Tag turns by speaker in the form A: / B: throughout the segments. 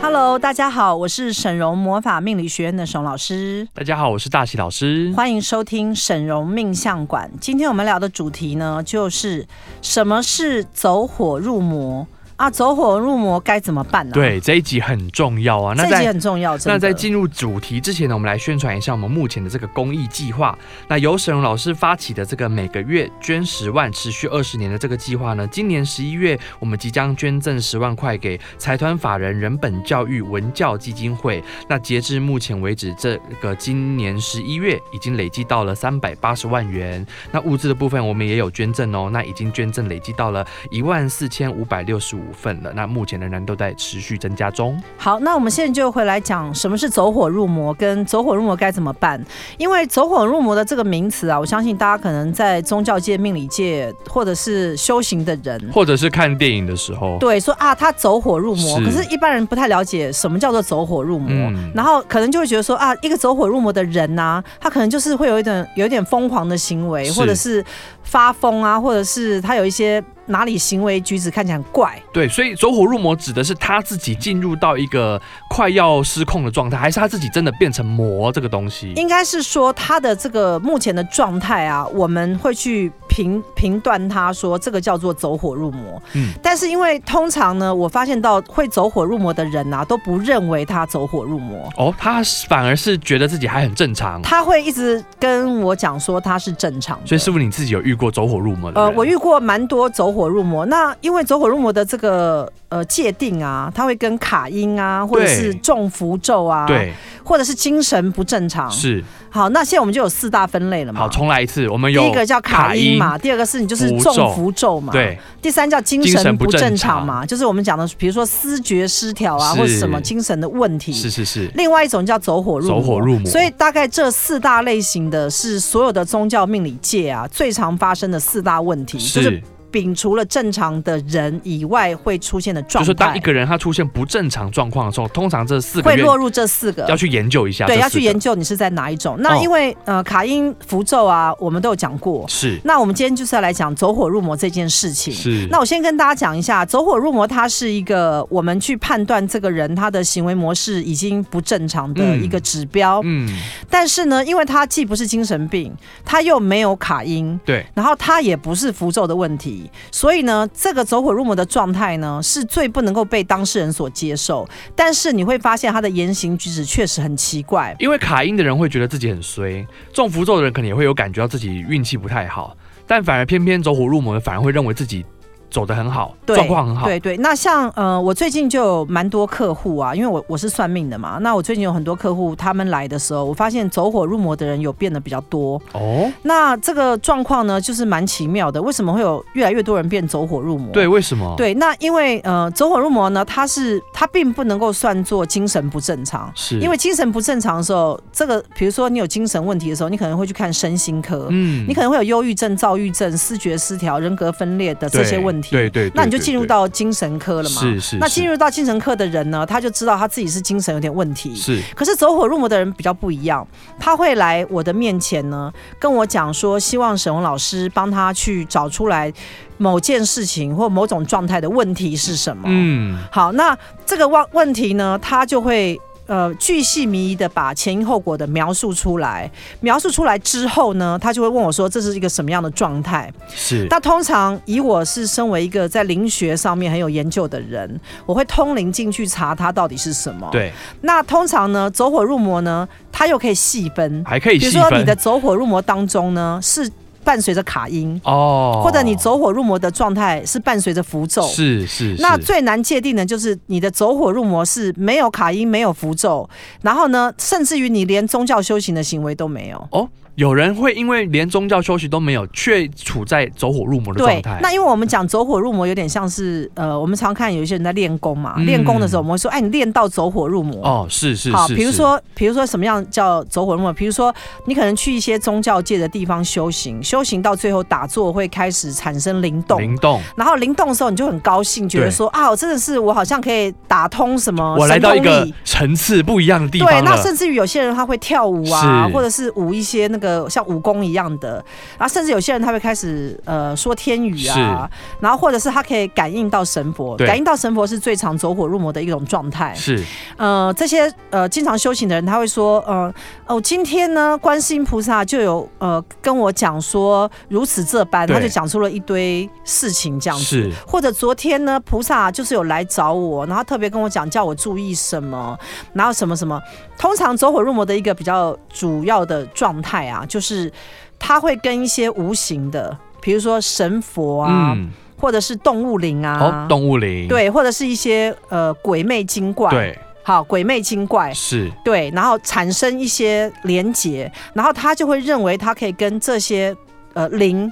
A: Hello，大家好，我是沈荣魔法命理学院的沈老师。
B: 大家好，我是大喜老师。
A: 欢迎收听沈荣命相馆。今天我们聊的主题呢，就是什么是走火入魔啊？走火入魔该怎么办呢、，啊
B: 对，这一集很重要啊。那
A: 这一集
B: 在
A: 很重要。真的
B: 那在进入主题之前呢，我们来宣传一下我们目前的这个公益计划。那由沈荣老师发起的这个每个月捐十万、持续二十年的这个计划呢，今年十一月我们即将捐赠十万块给财团法人人本教育文教基金会。那截至目前为止，这个今年十一月已经累计到了三百八十万元。那物资的部分我们也有捐赠哦，那已经捐赠累计到了一万四千五百六十五份了。那目前仍然都在持续增加中。
A: 好，那我们现在就回来讲什么是走火入魔，跟走火入魔该怎么办。因为走火入魔的这个名词啊，我相信大家可能在宗教界、命理界，或者是修行的人。
B: 或者是看电影的时候，
A: 对，说啊，他走火入魔，
B: 哦是
A: 可是一般人不太了解什么叫做走火入魔，
B: 嗯
A: 然后可能就会觉得说啊，一个走火入魔的人呐、他可能就是会有一点有一点疯狂的行为，
B: 是
A: 或者是发疯啊，或者是他有一些哪里行为举止看起来很怪，
B: 对，所以走火入魔指的是他自己进入到一个快要失控的状态，还是他自己真的变成魔这个东西？
A: 应该是说他的这个目前的状态啊，我们会去评评断他说这个叫做走火入魔。
B: 嗯
A: 但是因为通常呢，我发现到会走火入魔的人啊，都不认为他走火入魔。
B: 哦，他反而是觉得自己还很正常，
A: 他会一直跟我讲说他是正常的，
B: 嗯所以师傅你自己有遇过走火入魔的
A: 呃，
B: 人
A: 我遇过蛮多走火入魔。那因为走火入魔的这个呃界定啊，它会跟卡音啊，或者
B: 对
A: 是中符咒啊，，
B: 对
A: 或者是精神不正常。
B: 是
A: 好，那现在我们就有四大分类了嘛。
B: 好，重来一次，我们有
A: 第一个叫卡音
B: 卡
A: 嘛，第二个是你就是中符咒嘛，
B: 音，，对
A: 第三叫精
B: 精
A: 神
B: 神不
A: 不正
B: 正
A: 常
B: 常
A: 嘛，就是我们讲的，比如说思觉失调啊，
B: 是
A: 或者什么精神的问
B: 是
A: 题。
B: 是是，
A: 另外一种叫走火入魔，
B: 走火入魔
A: 所以大概这四大类型的是所有的宗教命理界啊最常发生的四大问题，就是
B: 是
A: 摒除了正常的人以外会出现的
B: 就
A: 状
B: 是当
A: 态
B: 一，个人他出现不正常状况的时候，通常这四个
A: 会
B: 月
A: 落入这四个
B: 要。去研究一下这
A: 对，
B: 四个，
A: 要去研究你是在哪一种。那
B: 哦
A: 因为、呃卡因符咒啊，我们都有讲过，
B: 是
A: 那我们今天就是要来讲走火入魔这件事情。
B: 是
A: 那我先跟大家讲一下，走火入魔，它是一个我们去判断这个人他的行为模式已经不正常的一个指标。
B: 嗯
A: 但是呢，因为他既不是精神病，他又没有卡因，
B: 对
A: 然后他也不是符咒的问题，所以呢，这个走火入魔的状态呢，是最不能够被当事人所接受。但是你会发现他的言行举止确实很奇怪，
B: 因为卡音的人会觉得自己很衰，中符咒的人可能也会有感觉到自己运气不太好，但反而偏偏走火入魔的反而会认为自己走得很好，
A: 对
B: 状况很好。
A: 对对，那像呃，我最近就有蛮多客户啊，因为我我是算命的嘛，那我最近有很多客户，他们来的时候，我发现走火入魔的人有变得比较多。
B: 哦，
A: 那这个状况呢，就是蛮奇妙的，为什么会有越来越多人变走火入魔？
B: 对，。为什么？，
A: 对，那因为呃，走火入魔呢，它是它并不能够算作精神不正常，
B: 是
A: 因为精神不正常的时候，这个比如说你有精神问题的时候，你可能会去看身心科，
B: 嗯
A: 你可能会有忧郁症、躁郁症、视觉失调、人格分裂的这
B: 嗯对
A: 些问题，
B: 对对，对
A: 那你就
B: 对
A: 进入
B: 对
A: 到精神科了嘛？
B: 是是，
A: 那
B: 是
A: 进入到精神科的人呢，他就知道他自己是精神有点问题。
B: 是
A: 可是走火入魔的人比较不一样，他会来我的面前呢，跟我讲说，希望沈宏老师帮他去找出来某件事情或某种状态的问题是什么。
B: 嗯
A: 好，那这个问问题呢，他就会呃巨细靡遗的把前因后果的描述出来。描述出来之后呢，他就会问我说，这是一个什么样的状态？
B: 是
A: 那通常以我是身为一个在灵学上面很有研究的人，我会通灵进去查它到底是什么。，
B: 对，
A: 那通常呢，走火入魔呢，它又可以细分，
B: 还可以
A: 比如
B: 细
A: 说你
B: 分
A: 的走火入魔当中呢，是伴随着卡音，
B: 哦，
A: 或者你走火入魔的状态是伴随着符咒。
B: 是是，
A: 那
B: 是
A: 最难界定的就是你的走火入魔是没有卡音、没有符咒，然后呢，甚至于你连宗教修行的行为都没有。
B: 哦，有人会因为连宗教休息都没有，却处在走火入魔的状
A: 对
B: 态，。
A: 那因为我们讲走火入魔，有点像是呃，我们常看有一些人在练功嘛，
B: 嗯
A: 练功的时候我们会说，哎，你练到走火入魔。
B: 哦，是是
A: 好，
B: 是，
A: 比如
B: 是
A: 说，比如说什么样叫走火入魔？比如说，你可能去一些宗教界的地方修行，修行到最后打坐会开始产生灵动，
B: 灵动，
A: 然后灵动的时候你就很高兴，觉得说啊，我真的是我好像可以打通什么，
B: 我来到一个
A: 力。
B: 层次不一样的地
A: 对，
B: 方
A: 那
B: 了。
A: 甚至于有些人他会跳舞啊，
B: 是
A: 或者是舞一些那个像武功一样的，然后甚至有些人他会开始呃说天语啊，然后或者是他可以感应到神佛，
B: 对
A: 感应到神佛是最常走火入魔的一种状态。
B: 是
A: 呃，这些呃经常修行的人，他会说，呃，哦，今天呢，观世音菩萨就有呃跟我讲说如此这般，
B: 对
A: 他就讲出了一堆事情这样子。
B: 是
A: 或者昨天呢，菩萨就是有来找我，然后特别跟我讲叫我注意什么，然后什么什么。通常走火入魔的一个比较主要的状态啊，就是他会跟一些无形的，比如说神佛啊，
B: 嗯，
A: 或者是动物灵啊
B: 哦，，动物灵，
A: 对，或者是一些呃鬼魅精怪，，
B: 对
A: 好鬼魅精怪。
B: 是
A: 对，然后产生一些连结，然后他就会认为他可以跟这些呃灵，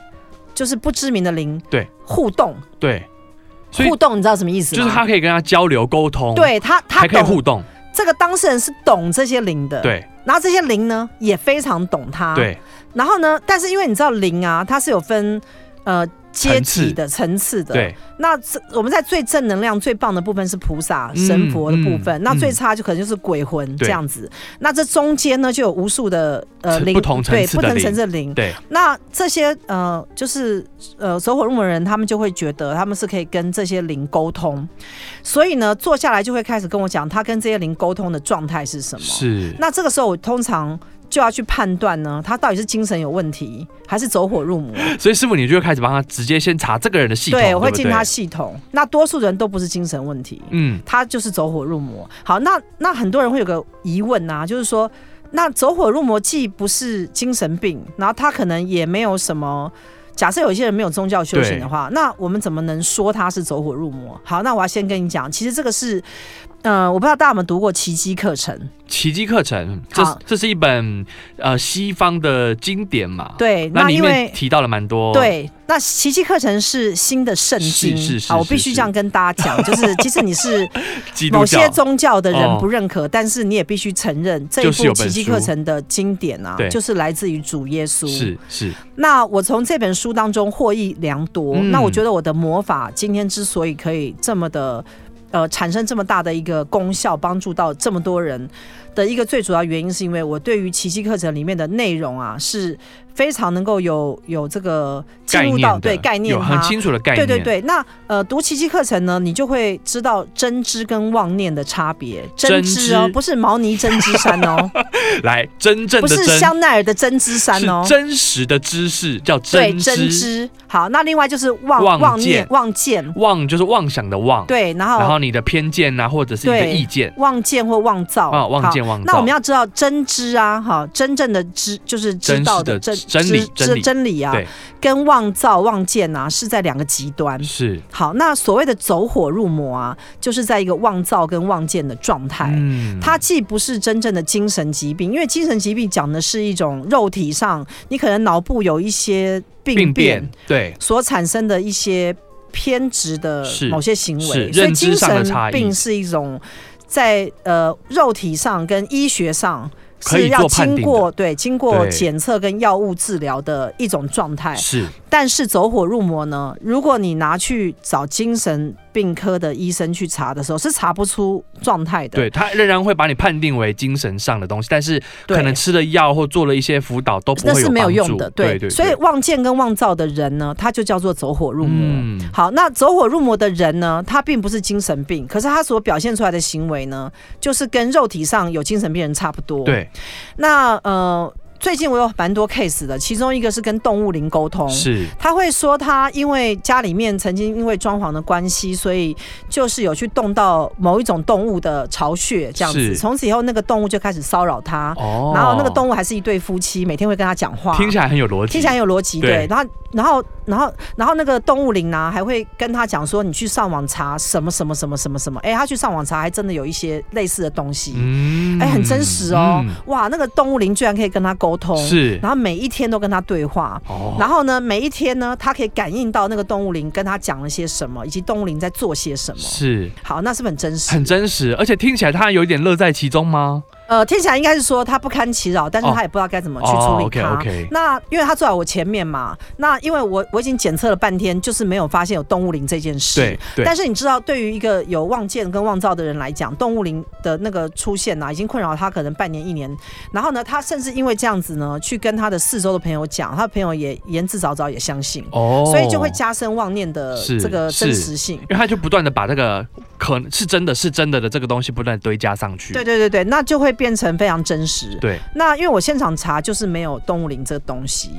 A: 就是不知名的灵，
B: 对
A: 互动，
B: 对，所以
A: 互动，你知道什么意思吗？
B: 就是他可以跟他交流沟通，，
A: 对他，他
B: 还可以
A: 懂
B: 互动，
A: 这个当事人是懂这些灵的，。
B: 对
A: 然后这些灵呢，也非常懂他，。
B: 对
A: 然后呢，但是因为你知道灵啊，它是有分呃阶
B: 层次
A: 级的层次的，。
B: 对，
A: 那这我们在最正能量、最棒的部分是菩萨、
B: 嗯
A: 神佛的部分，
B: 嗯
A: 那最差就可能就是鬼魂
B: 对
A: 这样子。那这中间呢，就有无数的呃
B: 层
A: 灵
B: 不同层
A: 对
B: 次
A: 不
B: 的
A: 同层
B: 灵
A: 次的灵。
B: 对，
A: 那这些呃，就是呃走火入魔的人，他们就会觉得他们是可以跟这些灵沟通，所以呢，坐下来就会开始跟我讲他跟这些灵沟通的状态是什么。
B: 是
A: 那这个时候，我通常就要去判断呢，他到底是精神有问题，还是走火入魔。
B: 所以师傅你就会开始帮他直接先查这个人的系统，
A: 对，我会
B: 不
A: 进他系统。那多数人都不是精神问题，
B: 嗯，
A: 他就是走火入魔。好，那那很多人会有个疑问啊，就是说，那走火入魔既不是精神病，然后他可能也没有什么。假设有一些人没有宗教修行的话，那我们怎么能说他是走火入魔？好，那我要先跟你讲，其实这个是，呃，我不知道大家有没有读过奇迹课程？
B: 奇迹课程，这
A: 好
B: 这是一本呃西方的经典嘛，，
A: 对，
B: 那
A: 那
B: 里
A: 因
B: 面
A: 为
B: 提到了蛮多，，
A: 对，那奇迹课程是新的圣经，
B: 是是是
A: 好，我
B: 是
A: 必须
B: 是
A: 这样跟大家讲，就是即使你是
B: 基督
A: 某些
B: 教，
A: 宗教的
B: 哦
A: 人不认可，但是你也必须承认这一
B: 就是有
A: 部
B: 本
A: 奇迹
B: 书
A: 课程的经典啊
B: 对，
A: 就是来自于主耶稣。
B: 是是，
A: 那我从这本书当中获益良多。
B: 嗯
A: 那我觉得我的魔法今天之所以可以这么的。呃，产生这么大的一个功效，帮助到这么多人的一个最主要原因，是因为我对于奇迹课程里面的内容啊，是非常能够有有这个进
B: 概
A: 入
B: 念
A: 到
B: 的
A: 对概念
B: 有很
A: 它
B: 清楚的概
A: 对
B: 念，
A: 对对，那呃，读奇迹课程呢，你就会知道真知跟妄念的差别。
B: 真
A: 真知哦
B: 知，
A: 不是毛呢针织衫 哦，
B: 来，真正
A: 不
B: 的真
A: 是香奈儿的针织衫哦
B: 是。真实的知识叫
A: 对，
B: 真
A: 真
B: 知，
A: 知。好，那另外就是妄
B: 妄
A: 妄
B: 见
A: 念、妄见，
B: 妄就是妄想的妄，
A: 对，然
B: 然
A: 后
B: 后你的偏见呐、或者是你的
A: 对
B: 意见
A: 妄见或妄造
B: 啊，妄
A: 好
B: 见妄造。
A: 那我们要知道真知啊，哈，真正的知就是知
B: 真
A: 道
B: 实的
A: 真
B: 真理
A: 知
B: 真理
A: 真理啊
B: 对，
A: 跟妄造、妄见啊是在两个极端。
B: 是，
A: 好，那所谓的走火入魔啊，就是在一个妄造跟妄见的状态。
B: 嗯
A: 它既不是真正的精神疾病，因为精神疾病讲的是一种肉体上，你可能脑部有一些病
B: 病变
A: 变
B: 对
A: 所产生的一些偏执的
B: 是
A: 某些行
B: 是
A: 为，所以
B: 认知
A: 精
B: 上的
A: 神
B: 差异
A: 病是一种在呃肉体上跟医学上。
B: 可以
A: 是要
B: 做判定
A: 经
B: 的
A: 过对经过
B: 对
A: 检测跟药物治疗的一种状态，
B: 是
A: 但是走火入魔呢，如果你拿去找精神病科的医生去查的时候，是查不出状态的。
B: 对，他仍然会把你判定为精神上的东西，但是
A: 对
B: 可能吃了药或做了一些辅导都不
A: 那
B: 会
A: 是没有
B: 帮
A: 用
B: 助
A: 的，
B: 对对，
A: 所以
B: 对
A: 妄见跟妄造的人呢，他就叫做走火入魔。
B: 嗯
A: 好，那走火入魔的人呢，他并不是精神病，可是他所表现出来的行为呢，就是跟肉体上有精神病人差不多。，
B: 对
A: 那呃。最近我有蛮多 case 的，其中一个是跟动物灵沟通，
B: 是
A: 他会说他因为家里面曾经因为装潢的关系，所以就是有去动到某一种动物的巢穴这样子，
B: 是
A: 从此以后那个动物就开始骚扰他，
B: 哦
A: 然后那个动物还是一对夫妻，每天会跟他讲话，
B: 听起来很有逻辑，
A: 听起来很有逻辑，对
B: 对。
A: 然后，然后，然后，然后那个动物灵呢、还会跟他讲说，你去上网查什么什么什么什么什么，哎，他去上网查，还真的有一些类似的东西，
B: 嗯
A: 哎、很真实哦。
B: 嗯
A: 哇，那个动物灵居然可以跟他沟通，
B: 是
A: 然后每一天都跟他对话。
B: 哦，
A: 然后呢，每一天呢，他可以感应到那个动物灵跟他讲了些什么，以及动物灵在做些什么。
B: 是
A: 好，那是不是很真实？
B: 很真实，而且听起来他有一点乐在其中吗？
A: 呃，听起来应该是说他不堪其扰，但是
B: 哦
A: 他也不知道该怎么去处理它。
B: 哦，OK，OK
A: 那因为他坐在我前面嘛，那因为我我已经检测了半天，就是没有发现有动物灵这件事。
B: 对。对
A: 但是你知道，对于一个有望见跟望兆的人来讲，动物灵的那个出现啊呐、已经困扰他可能半年一年。然后呢，他甚至因为这样子呢，去跟他的四周的朋友讲，他的朋友也言之凿凿也相信，
B: 哦，
A: 所以就会加深妄念的
B: 是
A: 这个真
B: 是
A: 实性。
B: 因为他就不断的把这个可能是真的是真的的这个东西不断地堆加上去。
A: 对对对对，那就会变成非常真实。
B: 对
A: 那因为我现场查就是没有动物灵这个东西，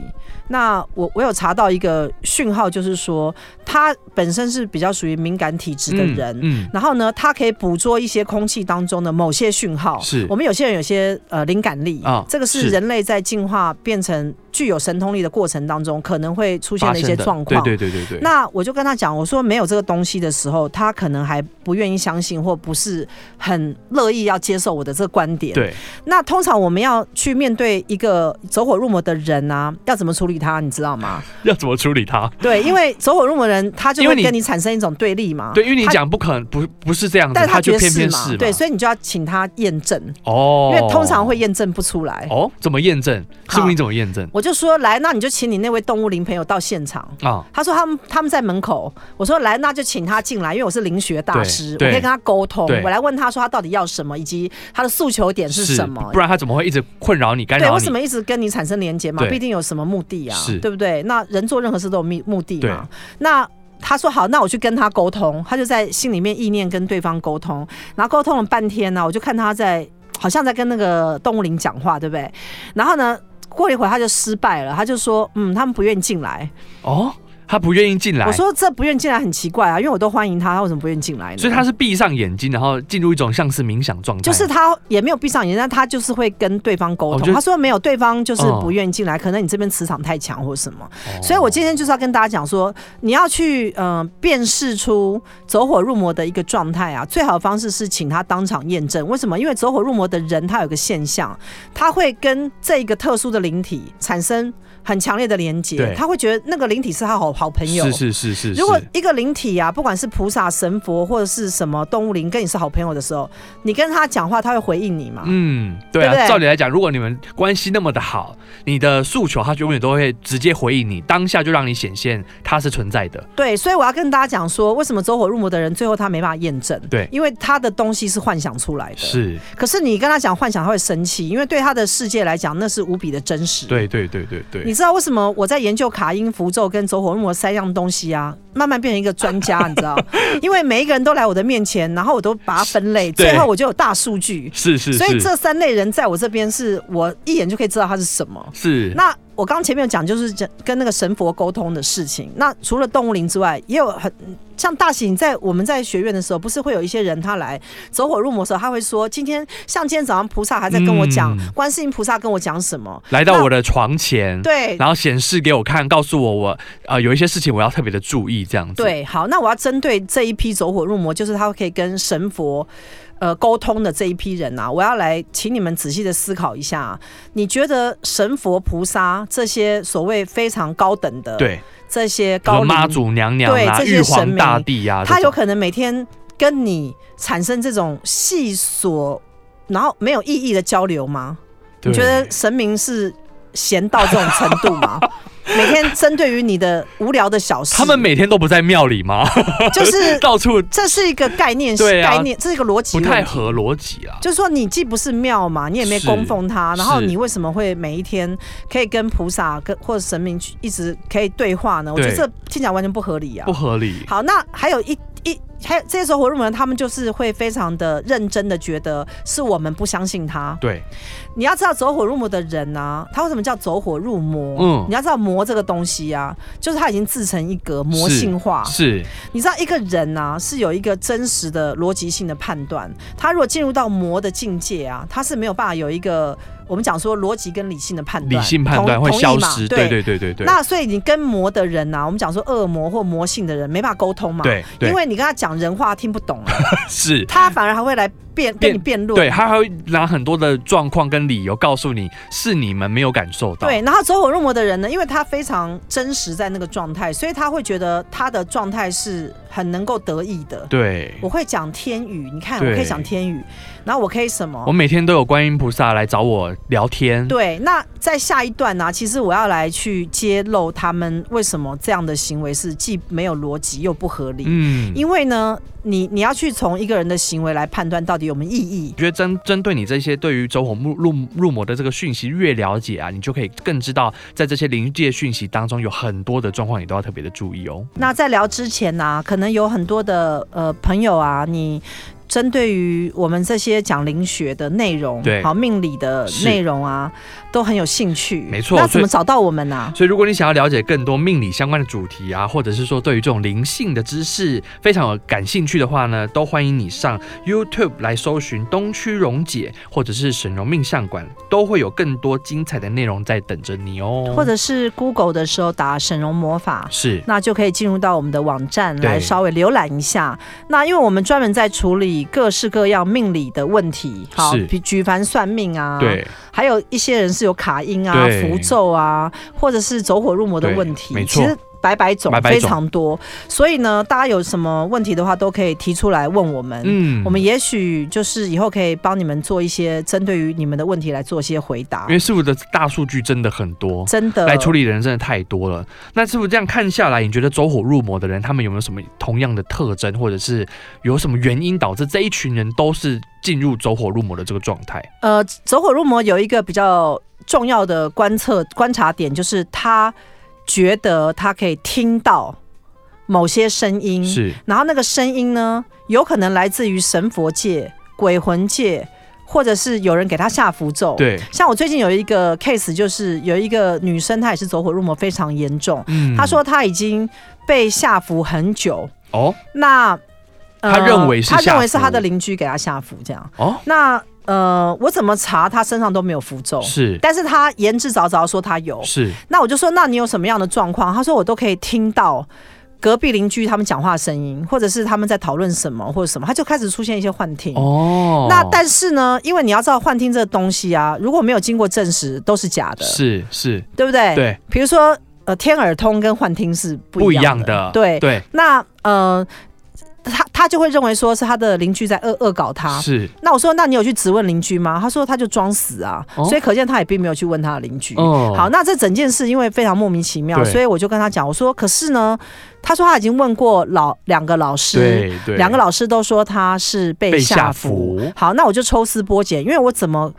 A: 那我我有查到一个讯号，就是说它本身是比较属于敏感体质的人。
B: 嗯，
A: 然后呢，它可以捕捉一些空气当中的某些讯号。
B: 是
A: 我们有些人有些呃灵感力
B: 啊
A: 这个是
B: 是
A: 人类在进化变成具有神通力的过程当中可能会出现
B: 发
A: 的一
B: 生
A: 些
B: 的
A: 状况。
B: 对对对对对，
A: 那我就跟他讲，我说没有这个东西的时候，他可能还不愿意相信，或不是很乐意要接受我的这个观点。
B: 对
A: 那通常我们要去面对一个走火入魔的人啊，要怎么处理他，你知道 吗？
B: 要怎么处理它？
A: 对，因为走火入魔的人，他就
B: 因
A: 会
B: 为你
A: 跟你产生一种对立嘛。
B: 对，因为你
A: 他
B: 讲不可能不不是这样子，
A: 但是他
B: 就
A: 觉得
B: 偏
A: 是
B: 偏
A: 嘛
B: 是，
A: 对，所以你就要请他验证，
B: 哦
A: 因，为通常会验证不出来。
B: 哦，怎么验证？
A: 好
B: 师傅你怎么验证
A: 我就说来，那你就请你那位动物灵朋友到现场。
B: 啊？
A: 他说他们他们在门口，我说来，那就请他进来，因为我是灵学大师，我可
B: 对
A: 以跟他沟通，
B: 对
A: 我来问他说他到底要什么，以及他的诉求点是什么
B: 不。然他怎么会一直困扰你、干
A: 对，
B: 扰
A: 为
B: 你
A: 什？么一直跟你产生连结嘛？
B: 对
A: 必定有什么目的啊
B: 是，
A: 对不对？那人做任何事都有目目的嘛。那他说好，那我去跟他沟通，他就在心里面意念跟对方沟通，然后沟通了半天呢、我就看他在好像在跟那个动物灵讲话，对不对？然后呢，过了一会儿他就失败了，他就说嗯，他们不愿意进来。
B: 哦，他不愿意进来
A: 我，说这不愿意进来很奇怪啊，因为我都欢迎他，他为什么不愿意进来呢？
B: 所以他是闭上眼睛，然后进入一种像是冥想状态，
A: 就是他也没有闭上眼，但他就是会跟对方沟
B: 哦
A: 通。
B: 就
A: 他说没有，对方就是
B: 哦
A: 不愿意进来，可能你这边磁场太强或什么。
B: 哦
A: 所以我今天就是要跟大家讲说，你要去嗯、呃辨识出走火入魔的一个状态啊，最好的方式是请他当场验证。为什么？因为走火入魔的人，他有个现象，他会跟这一个特殊的灵体产生很强烈的连接
B: 对，
A: 他会觉得那个灵体是他好好朋友。
B: 是是是是，
A: 如果
B: 是
A: 一个灵体啊，不管是菩萨、神佛或者是什么动物灵，跟你是好朋友的时候，你跟他讲话，他会回应你嘛？
B: 嗯，对
A: 对
B: 啊，
A: 不对
B: 照理来讲，如果你们关系那么的好，你的诉求他永远都会直接回应你，当下就让你显现它是存在的。
A: 对，所以我要跟大家讲说，为什么走火入魔的人最后他没办法验证？
B: 对
A: 因为他的东西是幻想出来的。
B: 是，
A: 可是你跟他讲幻想，他会生气，因为对他的世界来讲，那是无比的真实。。
B: 对对对对对
A: 你，知道为什么我在研究卡因符咒跟走火入魔三样东西啊，慢慢变成一个专家，你知 道？因为每一个人都来我的面前，然后我都把它分类，
B: 对
A: 最后我就有大数据，
B: 是是
A: 所以
B: 是
A: 这三类人在我这边是我一眼就可以知道他是什么。
B: 是，
A: 那我刚前面有讲，就是讲跟那个神佛沟通的事情。那除了动物灵之外，也有很像大喜，你在我们在学院的时候，不是会有一些人他来走火入魔的时候，他会说，今天像今天早上菩萨还在跟我讲，
B: 嗯
A: 观世音菩萨跟我讲什么？
B: 来到我的床前，
A: 对
B: 然后显示给我看，告诉我我呃有一些事情我要特别的注意这样子。，
A: 对，好，那我要针对这一批走火入魔，就是他可以跟神佛。呃，沟通的这一批人啊，我要来请你们仔细的思考一下，你觉得神佛菩萨这些所谓非常高等的，
B: 对，
A: 这些
B: 什
A: 高
B: 么妈
A: 龄
B: 祖娘娘
A: 对
B: 啊，
A: 这些
B: 玉
A: 神
B: 皇
A: 明
B: 大帝啊，
A: 他
B: 这
A: 有
B: 种
A: 可能每天跟你产生这种细琐，然后没有意义的交流吗？你
B: 对
A: 觉得神明是闲到这种程度 吗？每天针对于你的无聊的小事，
B: 他们每天都不在庙里 吗？
A: 就是
B: 到处
A: 这是一个概念，
B: 对啊
A: 概念，这是一个逻辑
B: 不
A: 问
B: 太
A: 题。
B: 合逻辑啊。
A: 就是说，你既不是庙嘛，你也没供奉他，
B: 是
A: 然后
B: 是
A: 你为什么会每一天可以跟菩萨跟或者神明去一直可以对话呢？我觉得
B: 对
A: 这听起来完全不合理啊！
B: 不合理，
A: 好，那还有一一还有这些时候活入门，他们就是会非常的认真的觉得是我们不相信他。
B: 对，
A: 你要知道走火入魔的人啊，他为什么叫走火入魔？
B: 嗯
A: 你要知道魔这个东西啊，就是他已经自成一格，魔
B: 是
A: 性化。
B: 是
A: 你知道一个人啊是有一个真实的逻辑性的判断，他如果进入到魔的境界啊，他是没有办法有一个我们讲说逻辑跟理性的判断，
B: 理性判断
A: 同
B: 会消
A: 同意嘛
B: 失，
A: 对
B: 对对对对对，
A: 那所以你跟魔的人呐、啊，我们讲说恶魔或魔性的人没办法沟通嘛，，
B: 对
A: 因
B: 对
A: 为你跟他讲人话听不懂 啊，
B: 是。
A: 他反而还会来辩跟
B: 辩
A: 你辩论，
B: 对，他还会拿很多的状况跟理由告诉你，是你们没有感受到。
A: 对，然后走火入魔的人呢，因为他非常真实在那个状态，所以他会觉得他的状态是很能够得意的。
B: 对，
A: 我会讲天语，你看
B: 对
A: 我可以讲天语，然后我可以什么
B: 我？每天都有观音菩萨来找我聊天。
A: 对，那在下一段呢、其实我要来去揭露他们为什么这样的行为是既没有逻辑又不合理。
B: 嗯，
A: 因为呢，你你要去从一个人的行为来判断到底有没有意义。
B: 觉得针针对你这些对于走火入入入魔的这个讯息越了解啊，你就可以更知道，在这些灵界讯息当中有很多的状况，你都要特别的注意哦。
A: 那在聊之前呢、可能有很多的呃朋友啊，你针对于我们这些讲灵学的内容，
B: 对
A: 好命理的
B: 是
A: 内容啊，都很有兴趣。
B: 没错
A: 那怎
B: 所以
A: 么找到我们啊呢、
B: 所以，如果你想要了解更多命理相关的主题啊，或者是说对于这种灵性的知识非常有感兴趣的话呢，都欢迎你上 YouTube 来搜寻东区荣姐或者是沈荣命相馆，都会有更多精彩的内容在等着你哦。
A: 或者是 Google 的时候打沈荣魔法，
B: 是
A: 那就可以进入到我们的网站
B: 对
A: 来稍微浏览一下。那因为我们专门在处理各式各样命理的问题，好
B: 是，
A: 比举凡算命啊，，
B: 对
A: 还有一些人是有卡音啊、
B: 对
A: 符咒啊，或者是走火入魔的问题，
B: 对没错
A: 其实百百种
B: 百百
A: 非
B: 种
A: 常多。所以呢，大家有什么问题的话，都可以提出来问我们。
B: 嗯
A: 我们也许就是以后可以帮你们做一些针对于你们的问题来做一些回答
B: 因，为师傅的大数据真的很多，
A: 真的
B: 来处理的人真的太多了。那师傅这样看下来，你觉得走火入魔的人，他们有没有什么同样的特征，或者是有什么原因导致这一群人都是进入走火入魔的这个状态？
A: 呃，走火入魔有一个比较重要的观测观察点，就是他觉得他可以听到某些声音，
B: 是
A: 然后那个声音呢，有可能来自于神佛界、鬼魂界，或者是有人给他下符咒。，
B: 对，
A: 像我最近有一个 case，就是有一个女生，她也是走火入魔非常严重，
B: 嗯
A: 她说她已经被下符很久，
B: 哦
A: 那。呃
B: 她认为是
A: 她
B: 下
A: 认为是
B: 符
A: 她的邻居给她下符，这样。
B: 哦
A: 那呃，我怎么查他身上都没有符咒，
B: 是
A: 但是他言之凿凿说他有。
B: 是
A: 那我就说，那你有什么样的状况？他说我都可以听到隔壁邻居他们讲话的声音，或者是他们在讨论什么或者什么，他就开始出现一些幻听。
B: 哦，
A: 那但是呢，因为你要知道幻听这个东西啊，如果没有经过证实，都是假的，
B: 是是
A: 对不对？。
B: 对
A: 比如说，呃，天耳通跟幻听是不
B: 不一
A: 一样
B: 样
A: 的，
B: 的，
A: 对。
B: 对
A: 那呃，他他就会认为说是他的邻居在恶恶搞他，
B: 是
A: 那我说，那你有去质问邻居吗？他说他就装死啊，
B: 哦
A: 所以可见他也并没有去问他的邻居。
B: 哦
A: 嗯好，那这整件事因为非常莫名其妙，
B: 对
A: 所以我就跟他讲，我说，可是呢，他说他已经问过老两个老师，
B: 对对
A: 两个老师都说他是被
B: 被
A: 下
B: 下
A: 符。
B: 符
A: 好，那我就抽丝剥茧，因为我怎么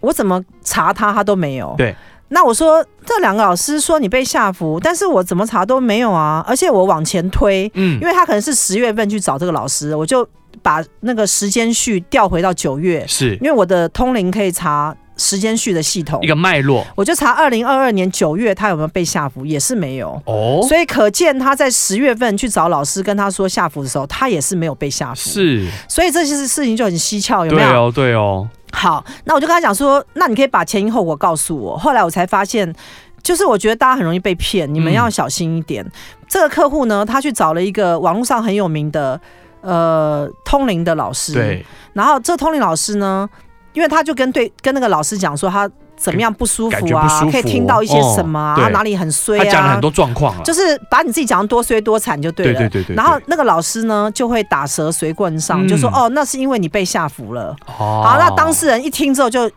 A: 我怎么查他，他都没有。
B: 对。
A: 那我说这两个老师说你被下符，但是我怎么查都没有啊，而且我往前推，
B: 嗯
A: 因为他可能是十月份去找这个老师，我就把那个时间序调回到九月，
B: 是
A: 因为我的通灵可以查时间序的系统
B: 一，个脉络
A: 我就查二零二二年九月他有没有被下符，也是没有。
B: 哦
A: 所以可见他在十月份去找老师跟他说下符的时候，他也是没有被下符，
B: 是
A: 所以这些事情就很蹊跷，有没
B: 对
A: 有？
B: 哦对哦
A: 好，那我就跟他讲说，那你可以把前因后果告诉我。后来我才发现，就是我觉得大家很容易被骗，你们
B: 嗯
A: 要小心一点。这个客户呢，他去找了一个网络上很有名的呃通灵的老师，
B: 对
A: 然后这通灵老师呢，因为他就跟对跟那个老师讲说他怎么样不舒
B: 感
A: 服
B: 觉不
A: 啊，
B: 舒服
A: 可以听到一些什么啊，
B: 哦对
A: 哪里很衰
B: 他讲了
A: 啊
B: 很，多状况了，
A: 就是把你自己讲的多衰多惨就对
B: 对
A: 了。
B: 对对对，
A: 然后那个老师呢，就会打蛇随棍上，就说：“
B: 嗯
A: 哦，那是因为你被吓服了。”
B: 好
A: 好，那当事人一听之后就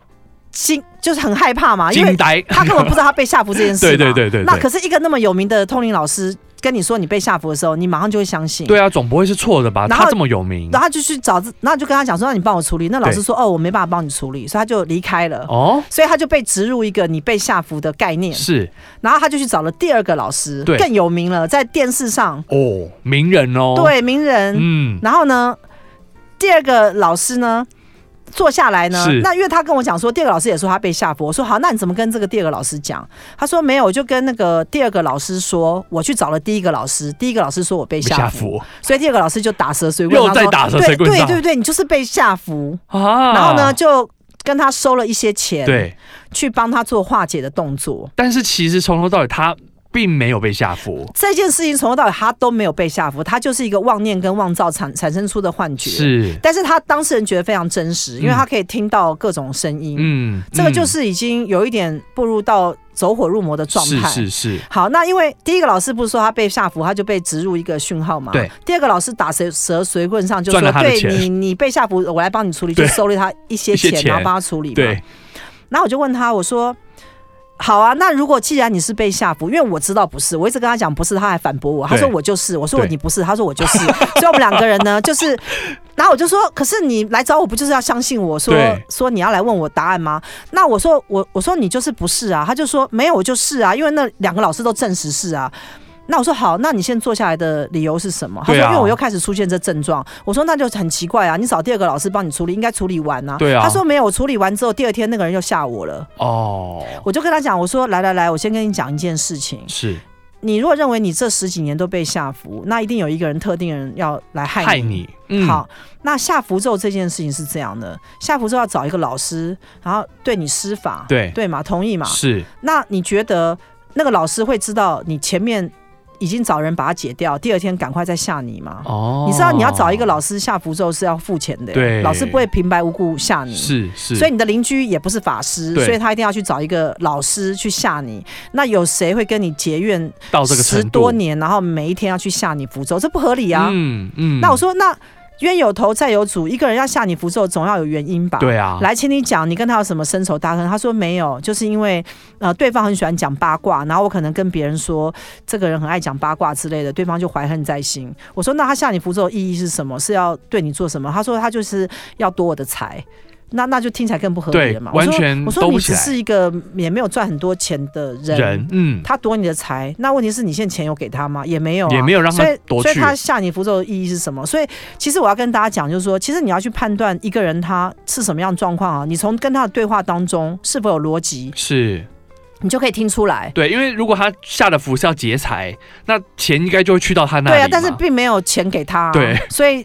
A: 惊，就是很害怕嘛，因
B: 惊
A: 为
B: 呆，
A: 他根本不知道他被吓唬这件事嘛。
B: 对对对对，
A: 那可是一个那么有名的通灵老师，跟你说你被吓服的时候，你马上就会相信。
B: 对啊，总不会是错的吧？
A: 然后
B: 他这么有名
A: 然，后他就去找，然后就跟他讲说，让你帮我处理。那老师说，哦，我没办法帮你处理，所以他就离开了。
B: 哦，
A: 所以他就被植入一个你被吓服的概念，
B: 是
A: 然后他就去找了第二个老师，
B: 对
A: 更有名了，在电视上，
B: 哦，名人哦，，
A: 对名人。
B: 嗯，
A: 然后呢，第二个老师呢坐下来呢
B: 是，
A: 那因为他跟我讲说，第二个老师也说他被吓服，我说好，那你怎么跟这个第二个老师讲？他说没有，我就跟那个第二个老师说，我去找了第一个老师，第一个老师说我被吓
B: 下
A: 服，
B: 服
A: 所以第二个老师就打蛇随棍
B: 又
A: 上说，
B: 在打蛇随棍
A: 对
B: 上
A: 对对对，你就是被吓服，
B: 啊
A: 然后呢就跟他收了一些钱，，
B: 对，
A: 去帮他做化解的动作。
B: 但是其实从头到尾他并没有被下服，
A: 这件事情从头到尾他都没有被吓服，他就是一个妄念跟妄造产产生出的幻觉。
B: 是，
A: 但是他当事人觉得非常真实，因为他可以听到各种声音，
B: 嗯，
A: 这个就
B: 嗯
A: 是已经有一点步入到走火入魔的状态。
B: 是是是，
A: 好，那因为第一个老师不是说他被吓服，他就被植入一个讯号嘛？
B: 对。
A: 第二个老师打蛇蛇随棍上，就
B: 赚了
A: 说
B: 他的
A: 对
B: 钱
A: 你你被吓服，我来帮你处理，就
B: 对
A: 收了他一些
B: 一些
A: 钱，
B: 钱
A: 然后帮他处理嘛。
B: 对，
A: 然后我就问他，我说：“好啊，那如果既然你是被吓服，因为我知道不是，我一直跟他讲不是，他还反驳我，他
B: 对
A: 说我就是，我说
B: 对
A: 你不是，他说我就是，所以我们两个人呢，就是， 然后我就说，可是你来找我不就是要相信我说
B: 对
A: 说你要来问我答案吗？那我说我我说你就是不是啊，他就说没有，我就是啊，因为那两个老师都证实是啊。”那我说好，那你现在坐下来的理由是什么？他说
B: 对啊
A: 因为我又开始出现这症状。我说那就很奇怪啊，你找第二个老师帮你处理，应该处理完啊。
B: 对啊
A: 他说没有，我处理完之后，第二天那个人又吓我了。
B: 哦，
A: 我就跟他讲，我说来来来，我先跟你讲一件事情。
B: 是
A: 你如果认为你这十几年都被吓服，那一定有一个人特定人要来害你。
B: 害你，嗯，
A: 好，那下符咒这件事情是这样的，下符咒要找一个老师，然后对你施法，
B: 对
A: 对嘛，同意嘛？
B: 是
A: 那你觉得那个老师会知道你前面已经找人把它解掉，第二天赶快再吓你吗？
B: 哦，
A: 你知道你要找一个老师下符咒是要付钱的，
B: 对
A: 老师不会平白无故吓你。
B: 是是，
A: 所以你的邻居也不是法师，
B: 对
A: 所以他一定要去找一个老师去吓你。那有谁会跟你结怨
B: 到这个
A: 十
B: 程度
A: 多年，然后每一天要去吓你符咒？这不合理啊！
B: 嗯嗯，
A: 那我说，那冤有头债有主，一个人要吓你符咒，总要有原因吧？。
B: 对啊，
A: 来，请你讲，你跟他有什么深仇大恨？他说没有，就是因为呃，对方很喜欢讲八卦，然后我可能跟别人说这个人很爱讲八卦之类的，对方就怀恨在心。我说那他下你符咒的意义是什么？是要对你做什么？他说他就是要夺我的财。那那就听起来更不合理了嘛！
B: 对完全
A: 我说
B: 兜
A: 我说你
B: 不起
A: 只
B: 来
A: 是一个也没有赚很多钱的人，
B: 人嗯。
A: 他夺你的财，那问题是你现在钱有给他吗？也没有、啊，
B: 也没有让他
A: 所以
B: 夺
A: 所以
B: 去
A: 他下你符咒的意义是什么？所以其实我要跟大家讲，就是说，其实你要去判断一个人他是什么样的状况啊，你从跟他的对话当中是否有逻辑，
B: 是
A: 你就可以听出来。
B: 对，因为如果他下的符是要劫财，那钱应该就会去到他那里
A: 对
B: 嘛。
A: 啊，但是并没有钱给他、啊，
B: 对，
A: 所以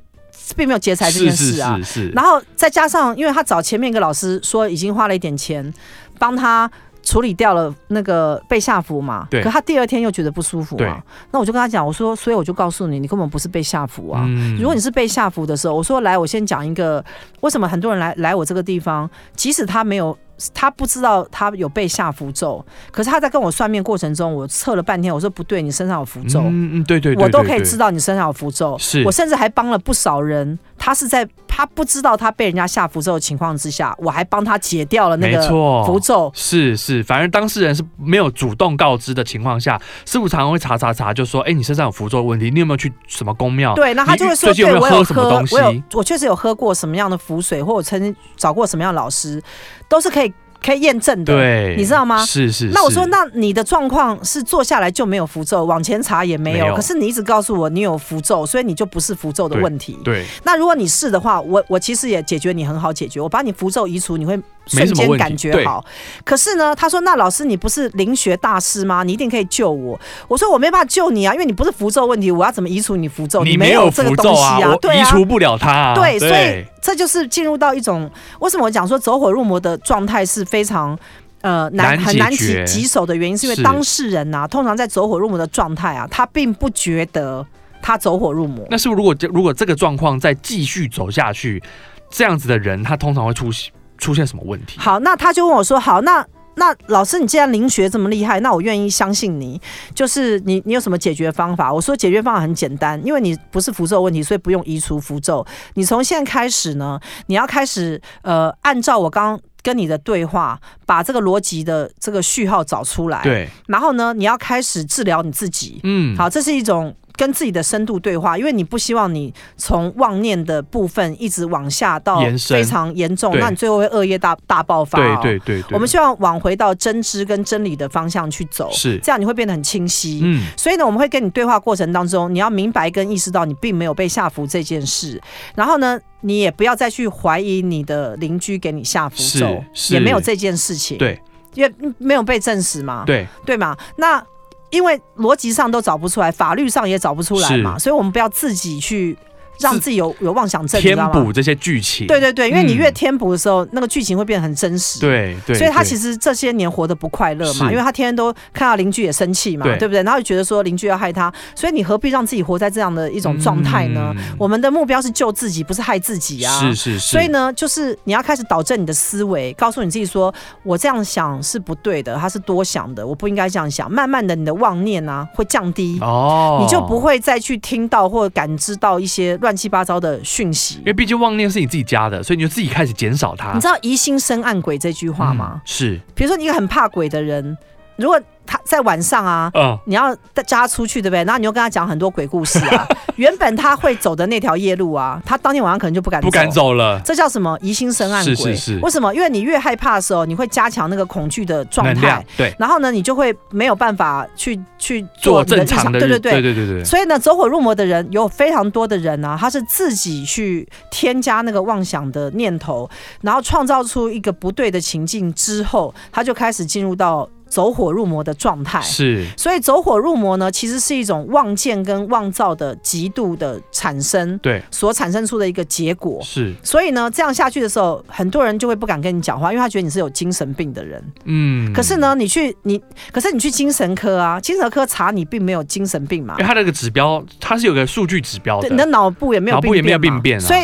A: 并没有劫财这件事啊。
B: 是是是是，
A: 然后再加上，因为他找前面一个老师说已经花了一点钱，帮他处理掉了那个被吓服嘛。
B: 对
A: 可他第二天又觉得不舒服
B: 对
A: 嘛。那我就跟他讲，我说，所以我就告诉你，你根本不是被吓服啊。
B: 嗯
A: 如果你是被吓服的时候，我说来，我先讲一个，为什么很多人来来我这个地方，即使他没有，他不知道他有被吓符咒，可是他在跟我算命过程中，我测了半天，我说不对，你身上有符咒，
B: 嗯嗯对对对，
A: 我都可以知
B: 道，
A: 道你身上有符咒，
B: 是
A: 我甚至还帮了不少人，他是在他不知道他被人家下符咒的情况之下，我还帮他解掉了那
B: 没
A: 个
B: 错
A: 符咒。
B: 是是，反而当事人是没有主动告知的情况下，师傅常常会查查查，就说：“哎、你身上有符咒问题，你有没有去什么宫庙？”
A: 对，那他就会说，
B: 你最近
A: 对
B: 有没有
A: 我有
B: 喝什么
A: 喝
B: 东，西
A: 我有，我确实有喝过什么样的符水，或我曾经找过什么样的老师，都是可以可以验证的。，
B: 对，
A: 你知道吗
B: 是是
A: 那我说，
B: 是
A: 那你的状况是坐下来就没有符咒，往前查也没有，
B: 没有
A: 可是你一直告诉我你有符咒，所以你就不是符咒的问题。
B: 对，
A: 那如果你是的话，我我其实也解决你很好解决，我把你符咒移除，你会瞬
B: 没什么
A: 间
B: 问题
A: 感觉好。可是呢，他说那老师你不是灵学大师吗？你一定可以救我。我说我没办法救你啊，因为你不是符咒问题，我要怎么移除你符咒？
B: 你
A: 没
B: 没有
A: 这个
B: 符
A: 东
B: 咒
A: 西
B: 啊，我
A: 对
B: 移
A: 啊。
B: 除不了它、啊。
A: 对，所以这就是进入到一种为什么我讲说走火入魔的状态是非常呃难
B: 难
A: 很
B: 解
A: 难
B: 决
A: 棘棘手的原因，是因为
B: 是
A: 当事人呐、通常在走火入魔的状态啊，他并不觉得他走火入魔。
B: 那是不是如果这如果这个状况再继续走下去，这样子的人他通常会出现出现什么问题？
A: 好，那他就问我说：“好，那那老师，你既然灵学这么厉害，那我愿意相信你。就是你，你有什么解决方法？我说解决方法很简单，因为你不是符咒问题，所以不用移除符咒。你从现在开始呢，你要开始呃，按照我刚跟你的对话，把这个逻辑的这个序号找出来。。
B: 对，
A: 然后呢，你要开始治疗你自己。
B: 嗯，
A: 好，这是一种跟自己的深度对话，因为你不希望你从妄念的部分一直往下到
B: 延伸
A: 非常严重，
B: 对
A: 那你最后会恶业大大爆发、
B: 对
A: 哦。
B: 对对对，
A: 我们希望往回到真知跟真理的方向去走，
B: 是
A: 这样你会变得很清晰。
B: 嗯
A: 所以呢，我们会跟你对话过程当中，你要明白跟意识到你并没有被下服这件事，然后呢，你也不要再去怀疑你的邻居给你下符
B: 是
A: 咒，
B: 是
A: 也没有这件事情，
B: 对，
A: 因为没有被证实嘛，
B: 对
A: 对嘛？那因为逻辑上都找不出来，法律上也找不出来嘛，所以我们不要自己去让自己有有妄想症，你知
B: 填
A: 道吗？
B: 补这些剧情，
A: 对对对，因为你
B: 嗯
A: 越填补的时候，那个剧情会变得很真实。。
B: 对对，
A: 所以他
B: 对
A: 其实这些年活得不快乐嘛，
B: 是
A: 因为他天天都看到邻居也生气嘛，
B: 对
A: 对不对？然后就觉得说邻居要害他，所以你何必让自己活在这样的一种状态呢？
B: 嗯
A: 我们的目标是救自己，不是害自己啊。
B: 是是是，
A: 所以呢，就是你要开始导正你的思维，告诉你自己说，我这样想是不对的，他是多想的，我不应该这样想。慢慢的，你的妄念啊会降低，
B: 哦，
A: 你就不。会再去听到或感知到一些乱七八糟的讯息
B: 因。为毕竟妄念是你自己加的，所以你就自己开始减少它。
A: 你知
B: 道
A: 道“疑心生暗鬼”这句话吗？
B: 是，
A: 比如说，你一个很怕鬼的人，如果他在晚上啊。
B: 嗯，
A: 你要带叫他出去，对不对？然后你又跟他讲很多鬼故事 啊。原本他会走的那条夜路啊，他当天晚上可能就不敢
B: 不敢走了，
A: 这叫什么疑心生暗鬼？
B: 是是是
A: 为什么？因为你越害怕的时候，你会加强那个恐惧的状
B: 能量
A: 态，
B: 对，
A: 然后呢，你就会没有办法去去
B: 做
A: 你的
B: 正
A: 日常
B: 常的日，
A: 对对对。
B: 对对对对
A: 所以呢，走火入魔的人有非常多的人呢、他是自己去添加那个妄想的念头，然后创造出一个不对的情境之后，他就开始进入到走火入魔的状态。
B: 是
A: 所以走火入魔呢，其实是一种妄见跟妄造的极度的产生
B: 对
A: 所产生出的一个结果。
B: 是，
A: 所以呢，这样下去的时候，很多人就会不敢跟你讲话，因为他觉得你是有精神病的人。
B: 嗯。
A: 可是，呢，你去你，可是你去精神科啊，精神科查你并没有精神病嘛
B: 因为，它那个指标，它是有个数据指标
A: 对，你的
B: 的，
A: 脑部也没有
B: 脑部也没有
A: 嘛
B: 病变啊
A: 所以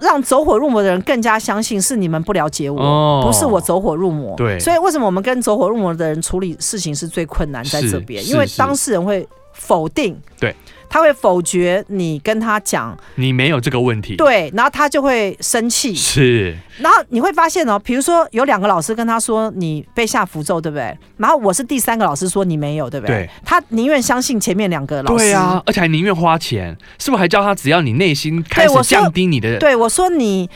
A: 让走火入魔的人更加相信是你们不了解我。
B: 哦
A: 不是我走火入魔，
B: 对
A: 所以为什么我们跟走火入魔的人处理事情是最困难在
B: 是
A: 这边？
B: 是
A: 因为
B: 是
A: 当事人会否定，
B: 对，
A: 他会否决你跟他讲，
B: 你没有这个问题，，
A: 对，然后他就会生气，
B: 是
A: 然后你会发现哦，比如说有两个老师跟他说你被下符咒，对不对？然后我是第三个老师说你没有，对不对？
B: 对
A: 他宁愿相信前面两个老师。
B: 对啊，而且还宁愿花钱，是不是还叫他只要你内心开
A: 对我
B: 始
A: 说
B: 降低你的，
A: 对我说你，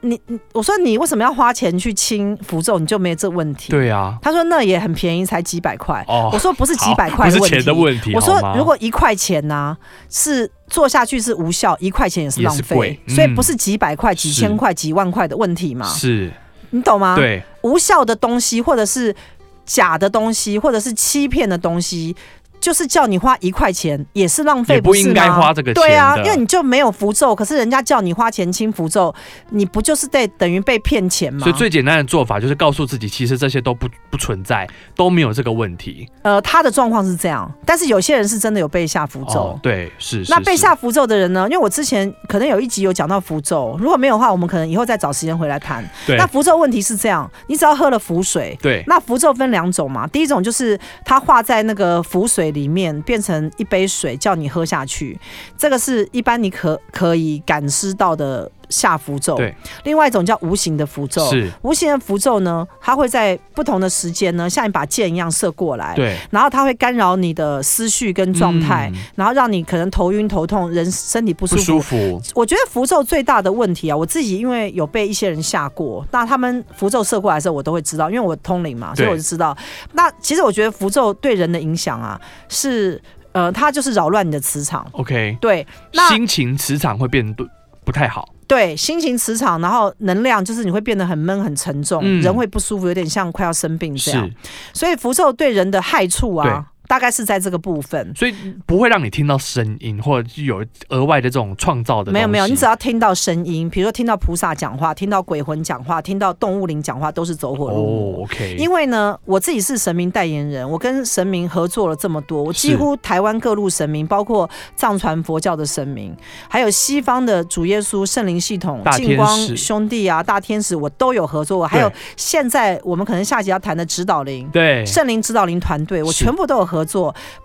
A: 你，你我说你为什么要花钱去清符咒？你就没有这问题。
B: 对啊，
A: 他说那也很便宜，才几百块。
B: 哦
A: 我说不是几
B: 好
A: 百块
B: 不
A: 问
B: 是
A: 题，
B: 钱的问题，
A: 我
B: 好
A: 说
B: 吗
A: 如果一块钱呐、是做下去是无效，一块钱也是
B: 也
A: 浪
B: 是
A: 费
B: 贵，
A: 所以
B: 嗯
A: 不是几百块、几
B: 是
A: 千块、几万块的问题嘛，
B: 是，
A: 你懂吗？。
B: 对，
A: 无效的东西，或者是假的东西，或者是欺骗的东西，就是叫你花一块钱，也是浪费，
B: 也不
A: 是
B: 应该
A: 吗
B: 花这个钱的
A: 对啊，因为你就没有符咒，可是人家叫你花钱清符咒，你不就是在等于被骗钱吗
B: 所以？最简单的做法就是告诉自己，其实这些都不不存在，都没有这个问题。
A: 呃，他的状况是这样，但是有些人是真的有被下符咒。
B: 哦，对，是。
A: 那
B: 是
A: 被
B: 是
A: 下符咒的人呢？因为我之前可能有一集有讲到符咒，如果没有的话，我们可能以后再找时间回来谈。
B: 对
A: 那符咒问题是这样，你只要喝了符水，
B: 对
A: 那符咒分两种嘛，第一种就是它化在那个符水里面，变成一杯水，叫你喝下去，这个是一般你可可以感知到的下符咒。
B: 对，
A: 另外一种叫无形的符咒。
B: 是，
A: 无形的符咒呢，它会在不同的时间呢，像一把箭一样射过来，
B: 对
A: 然后它会干扰你的思绪跟状态，
B: 嗯
A: 然后让你可能头晕头痛，人身体不舒
B: 不
A: 服。
B: 舒服，
A: 我觉得符咒最大的问题啊，我自己因为有被一些人吓过，那他们符咒射过来的时候，我都会知道，因为我通灵嘛，所以
B: 对
A: 我就知道。那其实我觉得符咒对人的影响啊，是呃，它就是扰乱你的磁场，
B: OK，
A: 对，那
B: 心情磁场会变不不太好，
A: 对心情磁场，然后能量就是你会变得很闷很沉重，
B: 嗯
A: 人会不舒服，有点像快要生病这样
B: 是。
A: 所以符咒对人的害处啊，大概是在这个部分。
B: 所以不会让你听到声音，或者是有额外的这种创造的东西。
A: 没有没有，你只要听到声音，比如说听到菩萨讲话，听到鬼魂讲话，听到动物灵讲话，都是走火入魔。
B: 哦，OK，
A: 因为呢，我自己是神明代言人，我跟神明合作了这么多，我几
B: 是
A: 乎台湾各路神明，包括藏传佛教的神明，还有西方的主耶稣圣灵系统、
B: 大天
A: 净光
B: 使
A: 兄弟啊、大天使，我都有合作过。还有
B: 对
A: 现在我们可能下集要谈的指导灵。
B: 对，
A: 圣灵指导灵团队，我
B: 是
A: 全部都有合作。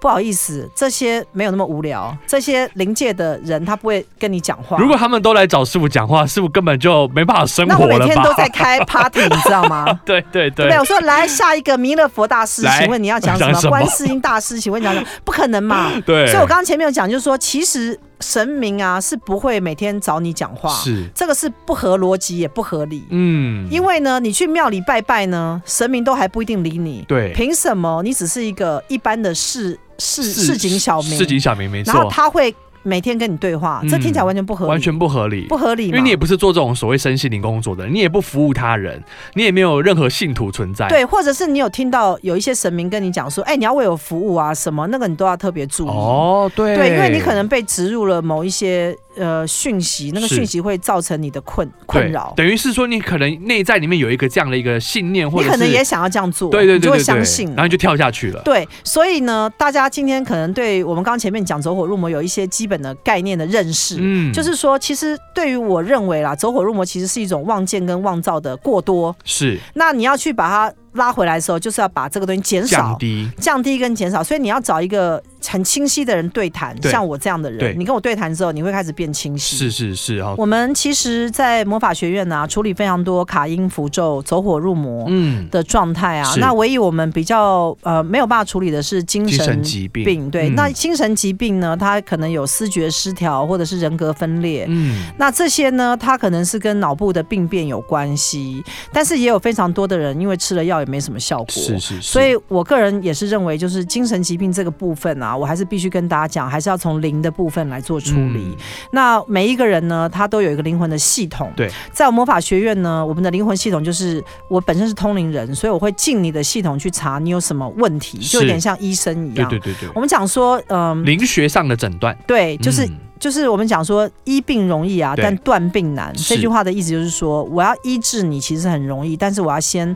A: 不好意思，这些没有那么无聊，这些灵界的人他不会跟你讲话。
B: 如果他们都来找师傅讲话，师傅根本就没办法生
A: 那我
B: 活
A: 每
B: 了
A: 天
B: 吧？
A: 都在开 party，你知道吗？
B: 对对对
A: 对，我说来下一个弥勒佛大师，
B: 来
A: 请问你要讲什么？
B: 讲什么
A: 观世音大师，请问你讲什么？不可能嘛！
B: 对，
A: 所以我刚刚前面有讲，就是说，其实神明啊是不会每天找你讲话，
B: 是
A: 这个是不合逻辑也不合理。
B: 嗯，
A: 因为呢，你去庙里拜拜呢，神明都还不一定理你，
B: 对
A: 凭什么你只是一个一般的市市市井小民
B: 市？井小民没
A: 然后
B: 错，
A: 他会每天跟你对话，这
B: 嗯
A: 听起来完全不合理，
B: 完全不合理。
A: 不合理
B: 因
A: 嘛，
B: 为你也不是做这种所谓身心灵工作的，你也不服务他人，你也没有任何信徒存在。
A: 对，或者是你有听到有一些神明跟你讲说，哎、你要为我服务啊，什么那个你都要特别注意。
B: 哦，对
A: 对，因为你可能被植入了某一些呃讯息，那个
B: 是
A: 讯息会造成你的困困
B: 对
A: 扰，
B: 等于是说你可能内在里面有一个这样的一个信念，或
A: 你
B: 者
A: 可能
B: 是
A: 也想要这样做，
B: 对
A: 你
B: 对对
A: 就
B: 对
A: 会
B: 对，
A: 相信了。
B: 然后你就跳下去了。
A: 对，所以呢，大家今天可能对我们刚前面讲走火入魔有一些基本的概念的认识，
B: 嗯
A: 就是说，其实对于我认为啦，走火入魔其实是一种妄见跟妄造的过多。
B: 是
A: 那你要去把它拉回来的时候，就是要把这个东西减少
B: 降，低，
A: 降低跟减少，所以你要找一个很清晰的人对谈，
B: 对
A: 像我这样的
B: 对
A: 人，你跟我对谈之后，你会开始变清晰。
B: 是是是哦，
A: 我们其实，在魔法学院呢、处理非常多卡因符咒、走火入魔
B: 嗯，
A: 的状态啊。
B: 是
A: 那唯一我们比较呃没有办法处理的是精
B: 精神
A: 神
B: 疾病，
A: 病，对。
B: 嗯
A: 那精神疾病呢，它可能有思觉失调或者是人格分裂。
B: 嗯，
A: 那这些呢，它可能是跟脑部的病变有关系，但是也有非常多的人因为吃了药也没什么效果，
B: 是是是，
A: 所以我个人也是认为，就是精神疾病这个部分啊，我还是必须跟大家讲，还是要从零的部分来做处理。
B: 嗯
A: 那每一个人呢，他都有一个灵魂的系统。
B: 对，
A: 在我魔法学院呢，我们的灵魂系统就是我本身是通灵人，所以我会进你的系统去查你有什么问题，
B: 是
A: 就有点像医生一
B: 对
A: 样。
B: 对对对，
A: 我们讲说，嗯，
B: 灵学上的诊断
A: 对，就是、
B: 嗯
A: 就是我们讲说医病容易啊，
B: 对
A: 但断病难。
B: 是
A: 这句话的意思就是说，我要医治你其实很容易，但是我要先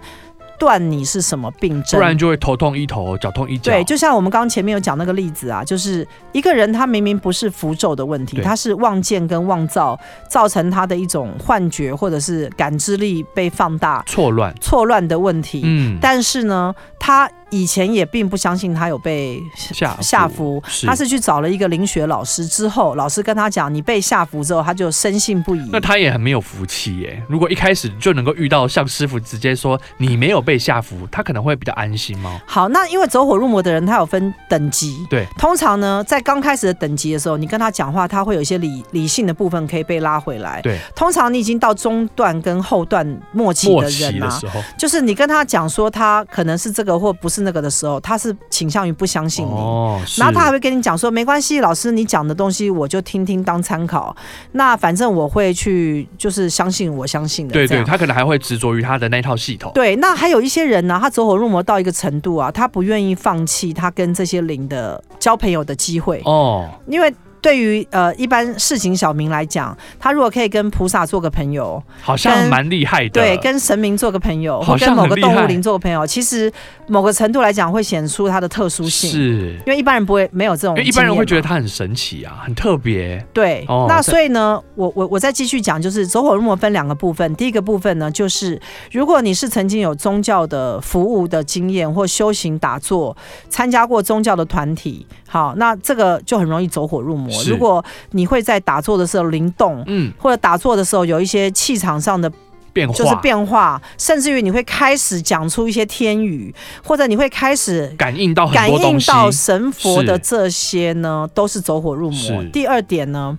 A: 断你是什么病
B: 不
A: 症，
B: 然就会头痛医头，脚痛医脚，
A: 对，就像我们刚刚前面有讲那个例子啊，就是一个人他明明不是符咒的问题，
B: 对
A: 他是妄见跟妄造造成他的一种幻觉或者是感知力被放大
B: 错乱，
A: 错乱的问题。
B: 嗯，
A: 但是呢，他以前也并不相信他有被
B: 下
A: 下服。
B: 是
A: 他是去找了一个灵学老师之后，老师跟他讲，你被下服之后，他就深信不疑。
B: 那他也很没有福气耶。如果一开始就能够遇到像师傅直接说你没有被下服，他可能会比较安心哦吗？
A: 好，那因为走火入魔的人，他有分等级。
B: 对，
A: 通常呢，在刚开始的等级的时候，你跟他讲话，他会有一些理理性的部分可以被拉回来。
B: 对，
A: 通常你已经到中段跟后段末期
B: 末
A: 的
B: 期
A: 人
B: 的
A: 啊，
B: 时候，
A: 就是你跟他讲说他可能是这个或不是那个的时候，他是倾向于不相信你。
B: 哦，
A: 然后他还
B: 是
A: 会跟你讲说，没关系，老师你讲的东西我就听听当参考，那反正我会去就是相信我相信的。
B: 对
A: 这
B: 对，
A: 样
B: 他可能还会执着于他的那套系统，
A: 对，那还有一些人呢、他走火入魔到一个程度啊，他不愿意放弃他跟这些灵的交朋友的机会，
B: 哦，
A: 因为对于呃一般市井小民来讲，他如果可以跟菩萨做个朋友，
B: 好像
A: 跟
B: 蛮厉害的，
A: 对，跟神明做个朋友，
B: 好
A: 或
B: 像
A: 跟某个
B: 很厉害
A: 动物灵做个朋友，其实某个程度来讲会显出它的特殊性。
B: 是。
A: 因为一般人不会没有这种
B: 因
A: 呃经验
B: 为
A: 嘛，
B: 一般人会觉得他很神奇啊，很特别。
A: 对。
B: 哦
A: 那
B: 对
A: 所以呢，我我我再继续讲，就是走火入魔分两个部分。第一个部分呢，就是如果你是曾经有宗教的服务的经验，或修行打坐，参加过宗教的团体，好，那这个就很容易走火入魔。
B: 是
A: 如果你会在打坐的时候灵动，
B: 嗯，
A: 或者打坐的时候有一些气场上的
B: 变化
A: 就是变化，甚至于你会开始讲出一些天语，或者你会开始
B: 感应到哦很
A: 感
B: 多
A: 应
B: 东西，
A: 到神佛的
B: 是
A: 这些呢，都是走火入魔
B: 是。
A: 第二点呢。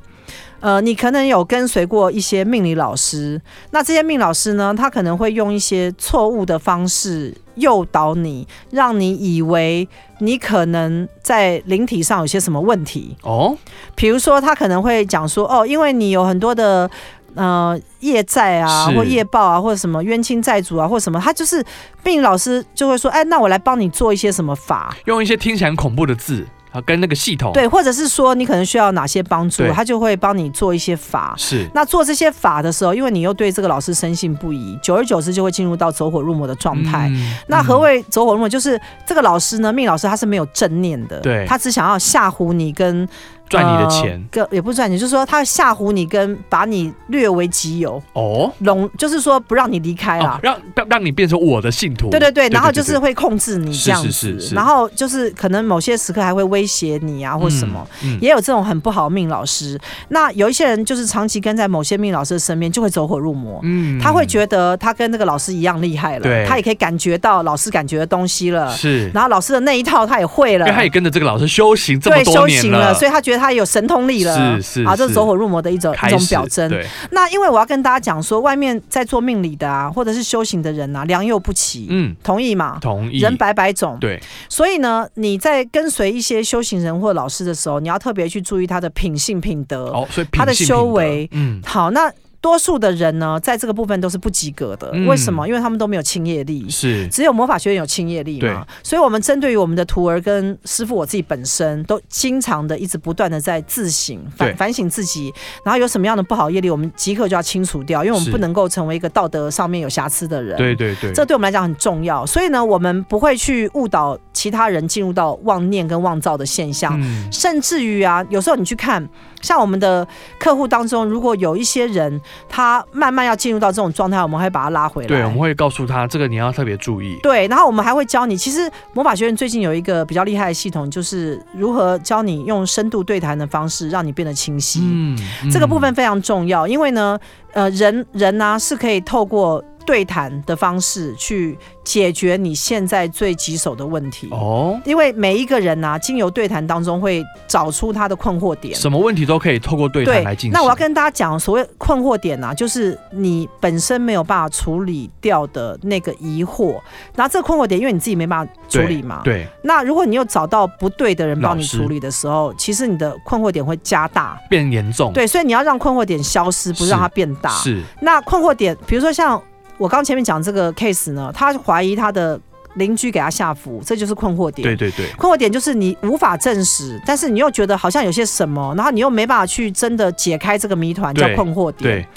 A: 呃，你可能有跟随过一些命理老师，那这些命理老师呢，他可能会用一些错误的方式诱导你，让你以为你可能在灵体上有些什么问题。
B: 哦，
A: 比如说，他可能会讲说，哦，因为你有很多的呃业债啊，
B: 是
A: 或业报啊，或者什么冤亲债主啊，或什么，他就是病老师就会说，哎，那我来帮你做一些什么法，
B: 用一些听起来很恐怖的字啊，跟那个系统
A: 对，或者是说你可能需要哪些帮助
B: 对，
A: 他就会帮你做一些法。
B: 是
A: 那做这些法的时候，因为你又对这个老师深信不疑，久而久之就会进入到走火入魔的状态。
B: 嗯
A: 那何
B: 嗯
A: 谓走火入魔？就是这个老师呢，命老师他是没有正念的，
B: 对
A: 他只想要吓唬你跟
B: 赚你的钱
A: 呃、跟也不是赚你，就是说他吓唬你跟把你略为己有，
B: 哦？
A: 笼就是说不让你离开啦
B: 哦。让让让你变成我的信徒，
A: 哎对对对，然后就
B: 对
A: 是会控制你
B: 是
A: 这样子，
B: 是是是
A: 然后就是可能某些时刻还会威胁你啊，或什么。，
B: 嗯嗯
A: 也有这种很不好的命老师。那有一些人就是长期跟在某些命老师的身边，就会走火入魔。
B: 嗯
A: 他会觉得他跟那个老师一样厉害
B: 对
A: 了，他也可以感觉到老师感觉的东西了，
B: 是，
A: 然后老师的呃那一套他也会
B: 因
A: 了
B: 为。他也跟着这个老师修行这么
A: 对，
B: 多
A: 修
B: 年
A: 行了，所以他觉得他有神通力了，
B: 是是
A: 啊，这
B: 是
A: 是走火入魔的一种一
B: 开
A: 种
B: 始
A: 表征。
B: 对，
A: 那因为我要跟大家讲说，外面在做命理的啊，或者是修行的人啊，良莠不齐，
B: 嗯，
A: 同意吗？
B: 同意，
A: 人百百种，
B: 对，
A: 所以呢，你在跟随一些修行人或老师的时候，你要特别去注意他的品性、品德。
B: 哦，所以
A: 他的
B: 品性
A: 修
B: 品德
A: 为
B: 嗯，
A: 好，那多数的人呢，在这个部分都是不及格的。
B: 嗯
A: 为什么？因为他们都没有清业力。
B: 是
A: 只有魔法学院有清业力嘛，所以我们针对于我们的徒儿跟师傅，我自己本身都经常的一直不断的在自省
B: 对
A: 反反省自己，然后有什么样的不好业力，我们即刻就要清除掉，因为我们
B: 是
A: 不能够成为一个道德上面有瑕疵的人。
B: 对对对，
A: 这对我们来讲很重要。所以呢，我们不会去误导其他人进入到妄念跟妄造的现象。
B: 嗯
A: 甚至于啊，有时候你去看，像我们的客户当中，如果有一些人他慢慢要进入到这种状态，我们会把他拉回来。
B: 对，我们会告诉他这个你要特别注意，
A: 对然后我们还会教你，其实魔法学院最近有一个比较厉害的系统，就是如何教你用深度对谈的方式，让你变得清晰。
B: 嗯，
A: 这个部
B: 嗯
A: 分非常重要，因为呢，呃，人人呢、是可以透过对谈的方式去解决你现在最棘手的问题。
B: 哦，
A: 因为每一个人呐、经由对谈当中会找出他的困惑点。
B: 什么问题都可以透过对谈来进行。
A: 那我要跟大家讲，所谓困惑点呐、就是你本身没有办法处理掉的那个疑惑。然后这个困惑点，因为你自己没办法处理嘛。
B: 对
A: 那如果你又找到不对的人帮
B: 老
A: 你
B: 师
A: 处理的时候，其实你的困惑点会加大。
B: 变严重，
A: 对，所以你要让困惑点消失，不
B: 嗯是
A: 是让它变大。
B: 是
A: 那困惑点，比如说像我刚前面讲这个 case 呢，他怀疑他的邻居给他下符，这就是困惑点。
B: 对对对，
A: 困惑点就是你无法证实，但是你又觉得好像有些什么，然后你又没办法去真的解开这个谜团，叫
B: 对
A: 困惑点。
B: 对，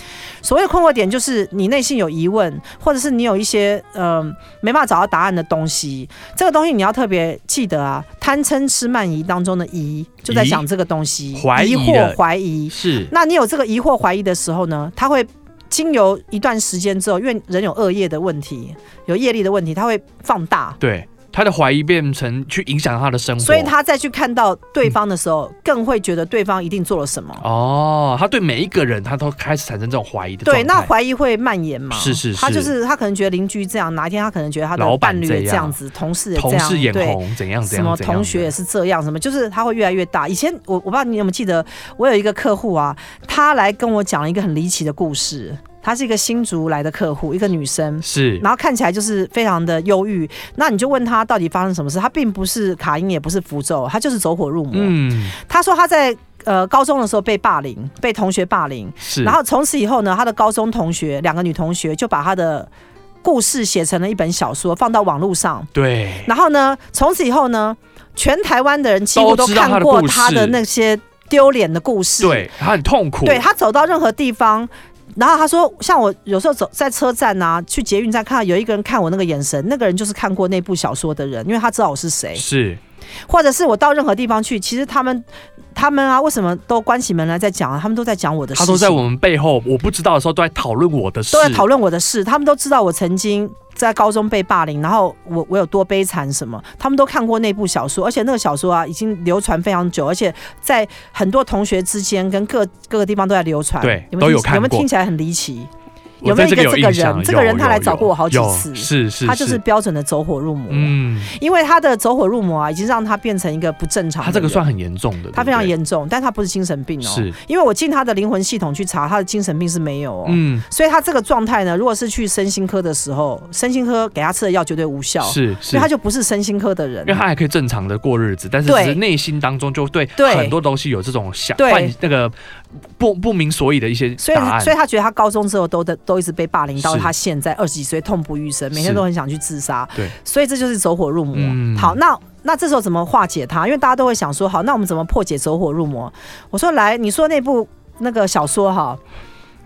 A: 所谓困惑点，就是你内心有疑问，或者是你有一些嗯、呃没办法找到答案的东西。这个东西你要特别记得啊，贪嗔痴慢疑当中的疑，就在
B: 疑
A: 讲这个东西，
B: 怀疑
A: 疑
B: 的
A: 惑、怀疑。
B: 是
A: 那你有这个疑惑、怀疑的时候呢，他会经由一段时间之后，因为人有恶业的问题，有业力的问题，他会放大，
B: 对他的怀疑变成去影响他的生活，
A: 所以他再去看到对方的时候，更会觉得对方一定做了什么。
B: 哦，他对每一个人他都开始产生这种怀疑的
A: 对，
B: 状
A: 那
B: 态。
A: 怀疑会蔓延嘛？
B: 是是是
A: 他就是他可能觉得邻居这样，哪一天他可能觉得他
B: 老
A: 的
B: 板
A: 伴侣
B: 这
A: 也
B: 样
A: 这样子，同事也这
B: 同
A: 样，
B: 事眼
A: 对，
B: 红怎样怎
A: 什
B: 样
A: 么
B: 怎样的，
A: 同学也是这样，什么就是他会越来越大。以前我我不知道你有没有记得，我有一个客户啊，他来跟我讲了一个很离奇的故事。她是一个新竹来的客户，一个女生，
B: 是
A: 然后看起来就是非常的忧郁。那你就问她到底发生什么事？她并不是卡因，也不是符咒，她就是走火入魔。
B: 嗯
A: 她说她在呃高中的时候被霸凌，被同学霸凌，
B: 是，
A: 然后从此以后呢，她的高中同学两个女同学就把她的故事写成了一本小说，放到网络上。
B: 对
A: 然后呢，从此以后呢，全台湾的人几乎
B: 都
A: 都
B: 知道
A: 看
B: 他的
A: 过
B: 故事
A: 他的那些丢脸的故事。
B: 对，他很痛苦，
A: 对，他走到任何地方。然后他说，像我有时候走在车站啊，去捷运站看到有一个人看我那个眼神，那个人就是看过那部小说的人，因为他知道我是谁。
B: 是
A: 或者是我到任何地方去，其实他们他们啊，为什么都关起门来在讲啊？他们都在讲我的事
B: 他
A: 情，
B: 都在我们背后，我不知道的时候都在讨论我的事，
A: 都在讨论我的事，他们都知道我曾经在高中被霸凌，然后我我有多悲惨什么，他们都看过那部小说，而且那个小说啊已经流传非常久，而且在很多同学之间跟各各个地方都在流传，
B: 对
A: 有没
B: 都
A: 有
B: 有
A: 听
B: 看
A: 有没有
B: 过
A: 听起来很离奇？有没有一个这个
B: 我在这有印象
A: 人？这个人
B: 有
A: 他来
B: 有
A: 找过我好几
B: 有
A: 次，
B: 是是，
A: 他就是标准的走火入魔。
B: 嗯，
A: 因为他的走火入魔啊，已经让他变成一个不正常的人。
B: 他这个算很严重的，
A: 他
B: 对不
A: 非常
B: 对，
A: 严重，但他不是精神病哦。
B: 是，
A: 因为我进他的灵魂系统去查，他的精神病是没有哦。
B: 嗯，
A: 所以他这个状态呢，如果是去身心科的时候，身心科给他吃的药绝对无效，
B: 是
A: 所
B: 是
A: 以他。就不是身心科的人
B: 因为。他还可以正常的过日子，但是
A: 对
B: 只是内心当中就对
A: 对
B: 很多东西有这种想
A: 对
B: 幻那个不不明所以的一些
A: 所以
B: 答，案，
A: 所以他觉得他高中之后都的都一直被霸凌，到
B: 是
A: 他现在二十几岁痛不欲生，每天
B: 是
A: 都很想去自杀。
B: 对，
A: 所以这就是走火入魔。
B: 嗯
A: 好，那那这时候怎么化解它？因为大家都会想说，好，那我们怎么破解走火入魔？我说来，你说那部那个小说哈。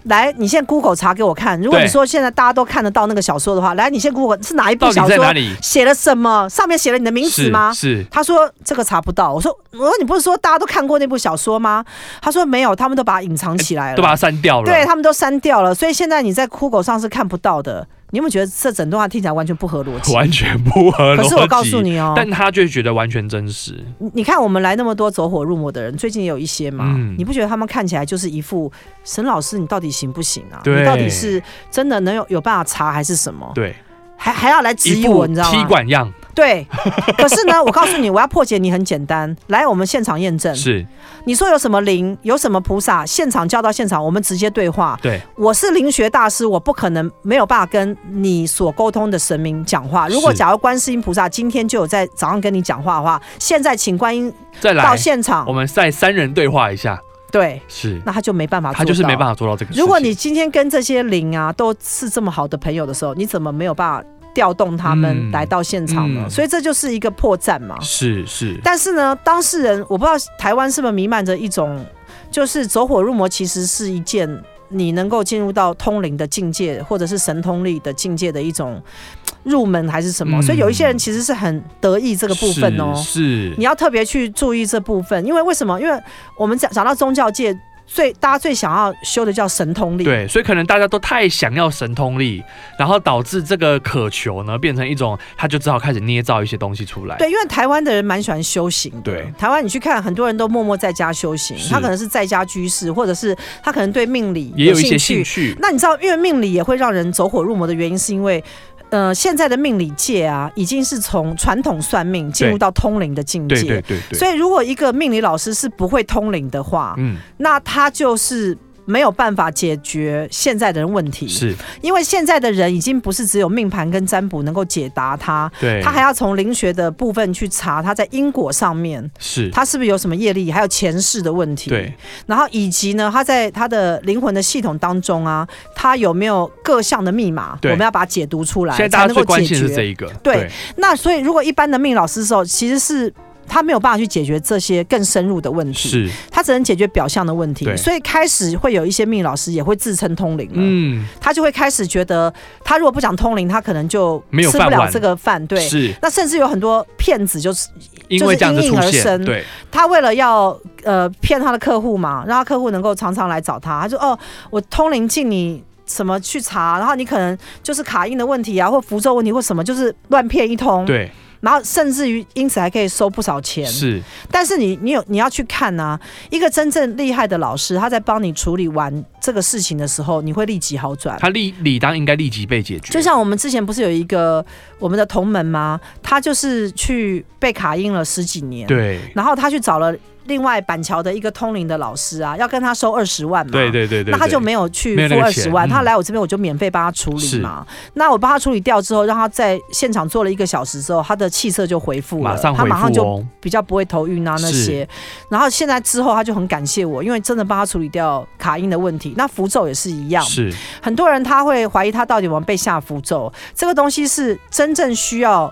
A: 来，你现在 Google 查给我看。如果
B: 对
A: 你说现在大家都看得到那个小说的话，来，你先 Google 是哪一部
B: 到
A: 小
B: 底在
A: 说？
B: 哪里？
A: 写了什么？上面写了你的名字
B: 是
A: 吗？
B: 是
A: 他说这个查不到。我说，我说你不是说大家都看过那部小说吗？他说没有，他们都把它隐藏起来了，
B: 都把它删掉了。
A: 对他们都删掉了，所以现在你在酷狗上是看不到的。你有没有觉得这整段话听起来完全不合逻辑？
B: 完全不合逻辑。
A: 可是我告诉，你哦，
B: 但他就会觉得完全真实。
A: 你你看我们来那么多走火入魔的人，最近也有一些嘛，
B: 嗯
A: 你不觉得他们看起来就是一副沈老师，你到底行不行啊？
B: 对
A: 你到底是真的能有有办法查还是什么？
B: 对，
A: 还还要来质
B: 一
A: 疑
B: 副
A: 我，你知道
B: 踢
A: 吗？
B: 馆样
A: 对， 可是呢，我告诉你，我要破解你很简单，来我们现场验证。
B: 是，
A: 你说有什么灵，有什么菩萨，现场叫到现场，我们直接对话。
B: 对，
A: 我是灵学大师，我不可能没有办法跟你所沟通的神明讲话。如果
B: 是
A: 假如观世音菩萨今天就有在早上跟你讲话的话，现在请观音
B: 再来
A: 到，现
B: 我
A: 场，
B: 们再三人对话一下。
A: 对，
B: 是，
A: 那他就没办法做到，
B: 他就是没办法做到这个事情。
A: 如果你今天跟这些灵啊都是这么好的朋友的时候，你怎么没有办法调动他们
B: 嗯
A: 来到现场呢？
B: 嗯
A: 所以这就是一个破绽嘛。
B: 是是，
A: 但是呢，当事人我不知道台湾是不是弥漫着一种，就是走火入魔，其实是一件你能够进入到通灵的境界，或者是神通力的境界的一种嘖入门还是什么。
B: 嗯
A: 所以有一些人其实是很得意这
B: 这
A: 个部分哦，
B: 是
A: 你要特别去注意这部分，因为为什么？因为我们讲讲到宗教界。最大家最想要修的叫神通力，
B: 对，所以可能大家都太想要神通力，然后导致这个渴求呢变成一种，他就只好开始捏造一些东西出来。
A: 对，因为台湾的人蛮喜欢修行的。
B: 对
A: 台湾你去看，很多人都默默在家修行，
B: 是
A: 他可能是在家居士，或者是他可能对命理
B: 也有一些
A: 兴
B: 兴
A: 趣。
B: 趣，
A: 那你知道，因为命理也会让人走火入魔的原因，是因为。呃，现在的命理界啊，已经是从传统算命进入
B: 对
A: 到通灵的境界。
B: 对对对对，
A: 所
B: 以
A: 以，如果一个命理老师是不会通灵的话，
B: 嗯
A: 那他就是没有办法解决现在的问题。
B: 是
A: 因为现在的人已经不是只有命盘跟占卜能够解答他，
B: 对，
A: 他还要从灵学的部分去查他在因果上面，
B: 是
A: 他是不是有什么业力，还有前世的问题。
B: 对，
A: 然后以及呢，他在他的灵魂的系统当中啊，他有没有各项的密码，我
B: 对
A: 们要把它解读出来，
B: 现在
A: 才
B: 大家
A: 能
B: 最
A: 够
B: 关
A: 解
B: 心的是这
A: 决。
B: 一个，
A: 对那所以，如果一般的命老师的时候，其实是。他没有办法去解决这些更深入的问题，
B: 是
A: 他只能解决表象的问题，
B: 对
A: 所以开始会有一些命老师也会自称通灵了，
B: 嗯
A: 他就会开始觉得，他如果不讲通灵，他可能就
B: 没有
A: 吃
B: 饭
A: 不了
B: 碗
A: 这个饭，对，
B: 是
A: 那甚至有很多骗子，就是
B: 因为这样子
A: 因
B: 出
A: 应而
B: 现
A: 生
B: 对
A: 他为了要呃骗他的客户嘛，让他客户能够常常来找他，他就哦，我通灵进你。什么去查，然后你可能就是卡印的问题啊，或符咒问题或什么，就是乱骗一通，
B: 对
A: 然后甚至于因此还可以收不少钱。
B: 是
A: 但是你你有你要去看啊，一个真正厉害的老师，他在帮你处理完这个事情的时候，你会立即好转。
B: 他理理当应该立即被解决，
A: 就像我们之前不是有一个我们的同门吗？他就是去被卡印了十几年，
B: 对
A: 然后他去找了另外板桥的一个通灵的老师啊，要跟他收二十万嘛。
B: 对对对对，
A: 那他就
B: 对
A: 没有去
B: 没有那
A: 付
B: 个
A: 二
B: 钱
A: 十万，
B: 嗯
A: 他来我这边我就免费帮他处理嘛。那我帮他处理掉之后，让他在现场做了一个小时之后，他的气色就恢复了，
B: 马上
A: 他
B: 回
A: 马上
B: 复
A: 就
B: 哦，
A: 比较不会头晕啊那些。然后现在之后他就很感谢我，因为真的帮他处理掉卡因的问题。那符咒也是一样，
B: 是
A: 很多人他会怀疑他到底有没有被下符咒，这个东西是真正需要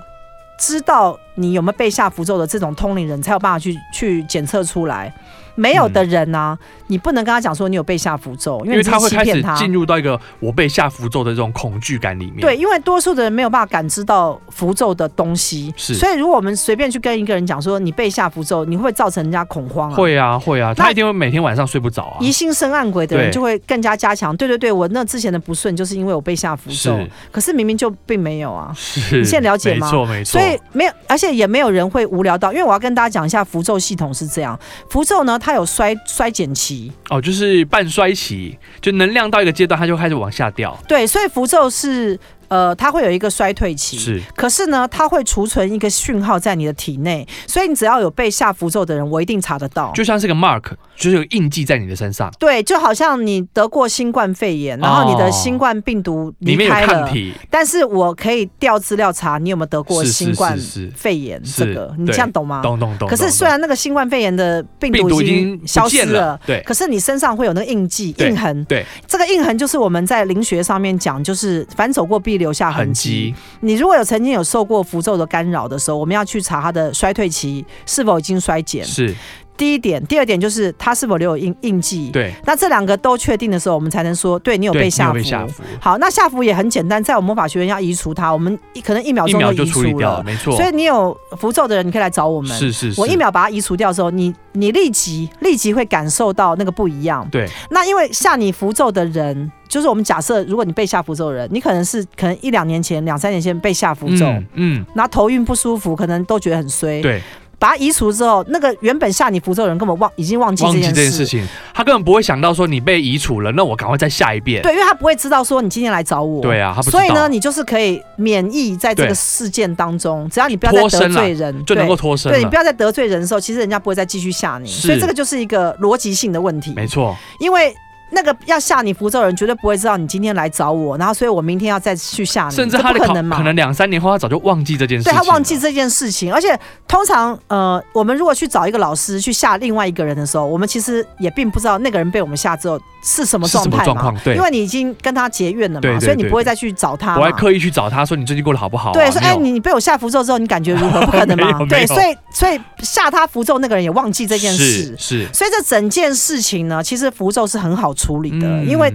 A: 知道你有没有被下符咒的这种通灵人才有办法去去检测出来。没有的人呢、你不能跟他讲说你有被下符咒，因
B: 因
A: 为
B: 为
A: 你这
B: 他
A: 是
B: 会
A: 欺
B: 开
A: 骗
B: 始
A: 他。
B: 进入到一个我被下符咒的这种恐惧感里面，
A: 对，因为多数的人没有办法感知到符咒的东西，
B: 是
A: 所以如果我们随便去跟一个人讲说你被下符咒，你会不会造成人家恐慌啊？
B: 会啊会啊，
A: 那
B: 他一定会每天晚上睡不着啊，
A: 疑心生暗鬼的人
B: 对
A: 就会更加加强。对对对，我那之前的不顺就是因为我被下符咒
B: 是，
A: 可是明明就并没有啊。
B: 是，
A: 你现在了解吗
B: 没错没错，
A: 所以没有，而且且也没有人会无聊到，因为我要跟大家讲一下符咒系统是这样，符咒呢它有衰衰减期，
B: 哦，就是半衰期，就能量到一个阶段，它就开始往下掉。
A: 对，所以符咒是呃它会有一个衰退期，
B: 是，
A: 可是呢它会储存一个讯号在你的体内，所以你只要有被下符咒的人，我一定查得到。
B: 就像是个 mark，就是有印记在你的身上，
A: 对，就好像你得过新冠肺炎，然后你的
B: 哦
A: 新冠病毒离
B: 里面有
A: 开了
B: 抗，体，
A: 但是我可以调资料查你有没有得过
B: 是是
A: 新冠
B: 是是
A: 肺炎，
B: 是
A: 这个你
B: 对
A: 这样懂吗？
B: 咚咚咚。
A: 啊可是
B: 咚
A: 虽然那个新冠肺炎的病
B: 咚病
A: 毒
B: 毒
A: 已
B: 已经
A: 经
B: 不
A: 消失
B: 见了，对
A: 可是你身上会有那个印记、
B: 对
A: 印痕。
B: 对，
A: 这个印痕就是我们在灵学上面讲，就是凡走过必留下痕
B: 痕
A: 迹
B: 迹。
A: 你如果有曾经有受过符咒的干扰的时候，我们要去查它的衰退期是否已经衰减。
B: 是
A: 第一点，第二点就是它是否留有印印记。
B: 对，
A: 那这两个都确定的时候，我们才能说，对你有
B: 对
A: 被
B: 你
A: 下
B: 有
A: 符。
B: 被下服，
A: 好，那下符也很简单，在我们魔法学院要移除它，我们一可能一秒
B: 一
A: 钟
B: 秒
A: 移
B: 就处理
A: 除
B: 掉了，没错
A: 所。以你有符咒的人，你可以来找我们。
B: 是是是，
A: 我一秒把它移除掉的时候，你你立即立即会感受到那个不一样。
B: 对
A: 那因为下你符咒的人，就是我们假设，如果你被下符咒的人，你可能是可能一两年前、两三年前被下符咒，
B: 嗯嗯，
A: 然后头晕不舒服，可能都觉得很衰。
B: 对，
A: 把它移除之后，那个原本下你符咒的人根本忘已经忘记
B: 忘
A: 这
B: 记
A: 件
B: 这
A: 事。
B: 件事情，他根本不会想到说你被移除了，那我赶快再下一遍。
A: 对，因为他不会知道说你今天来找我。
B: 对啊，他不知道
A: 所以呢，你就是可以免疫在这个
B: 对
A: 事件当中，只要你不要再
B: 脱身
A: 得
B: 了
A: 罪人，
B: 就能
A: 对
B: 够脱身
A: 对你
B: 了
A: 不。要再得罪人的时候，其实人家不会再继续吓你，
B: 是
A: 所以这个就是一个逻辑性的问题。
B: 没错，
A: 因为那个要吓你符咒的人绝对不会知道你今天来找我，然后所以我明天要再去吓你，
B: 甚至
A: 嗯这
B: 他
A: 不
B: 的
A: 可
B: 考
A: 能嘛？
B: 可能两三年后，他早就忘记这件事
A: 对
B: 情
A: 他
B: 了。
A: 忘记这件事情，而且通常呃，我们如果去找一个老师去吓另外一个人的时候，我们其实也并不知道那个人被我们吓之后是什么
B: 是
A: 状
B: 什么
A: 态
B: 状
A: 嘛，
B: 况？对
A: 因，为你已经跟他结怨了嘛，
B: 对对
A: 所以你
B: 对
A: 不会再去找他
B: 我还
A: 嘛。
B: 刻意去找他说你最近过得好不好啊？
A: 对，说
B: 没
A: 哎，
B: 有
A: 你你被我下符咒之后，你感觉如何？不可能
B: 没
A: 嘛
B: 有。没
A: 对，
B: 有
A: 所以所以下他符咒那个人也忘记这件事
B: 是，是
A: 所以这整件事情呢，其实符咒是很好处理的，
B: 嗯
A: 因为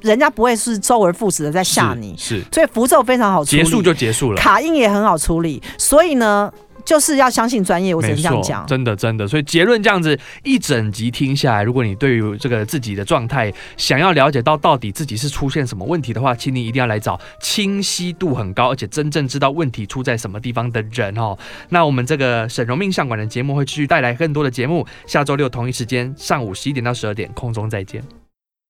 A: 人家不会是周而复始的在吓你，
B: 是是
A: 所以符咒非常好处理，
B: 结束就结束了。
A: 卡印也很好处理，所以呢，就是要相信专业，我只
B: 没
A: 能这样
B: 错
A: 讲，。
B: 真的真的，所以结论这样子一整集听下来，如果你对于这个自己的状态想要了解到到底自己是出现什么问题的话，请你一定要来找清晰度很高，而且真正知道问题出在什么地方的人哦。那我们这个沈荣命相馆的节目会继续带来更多的节目，下周六同一时间上午十一点到十二点空中再见。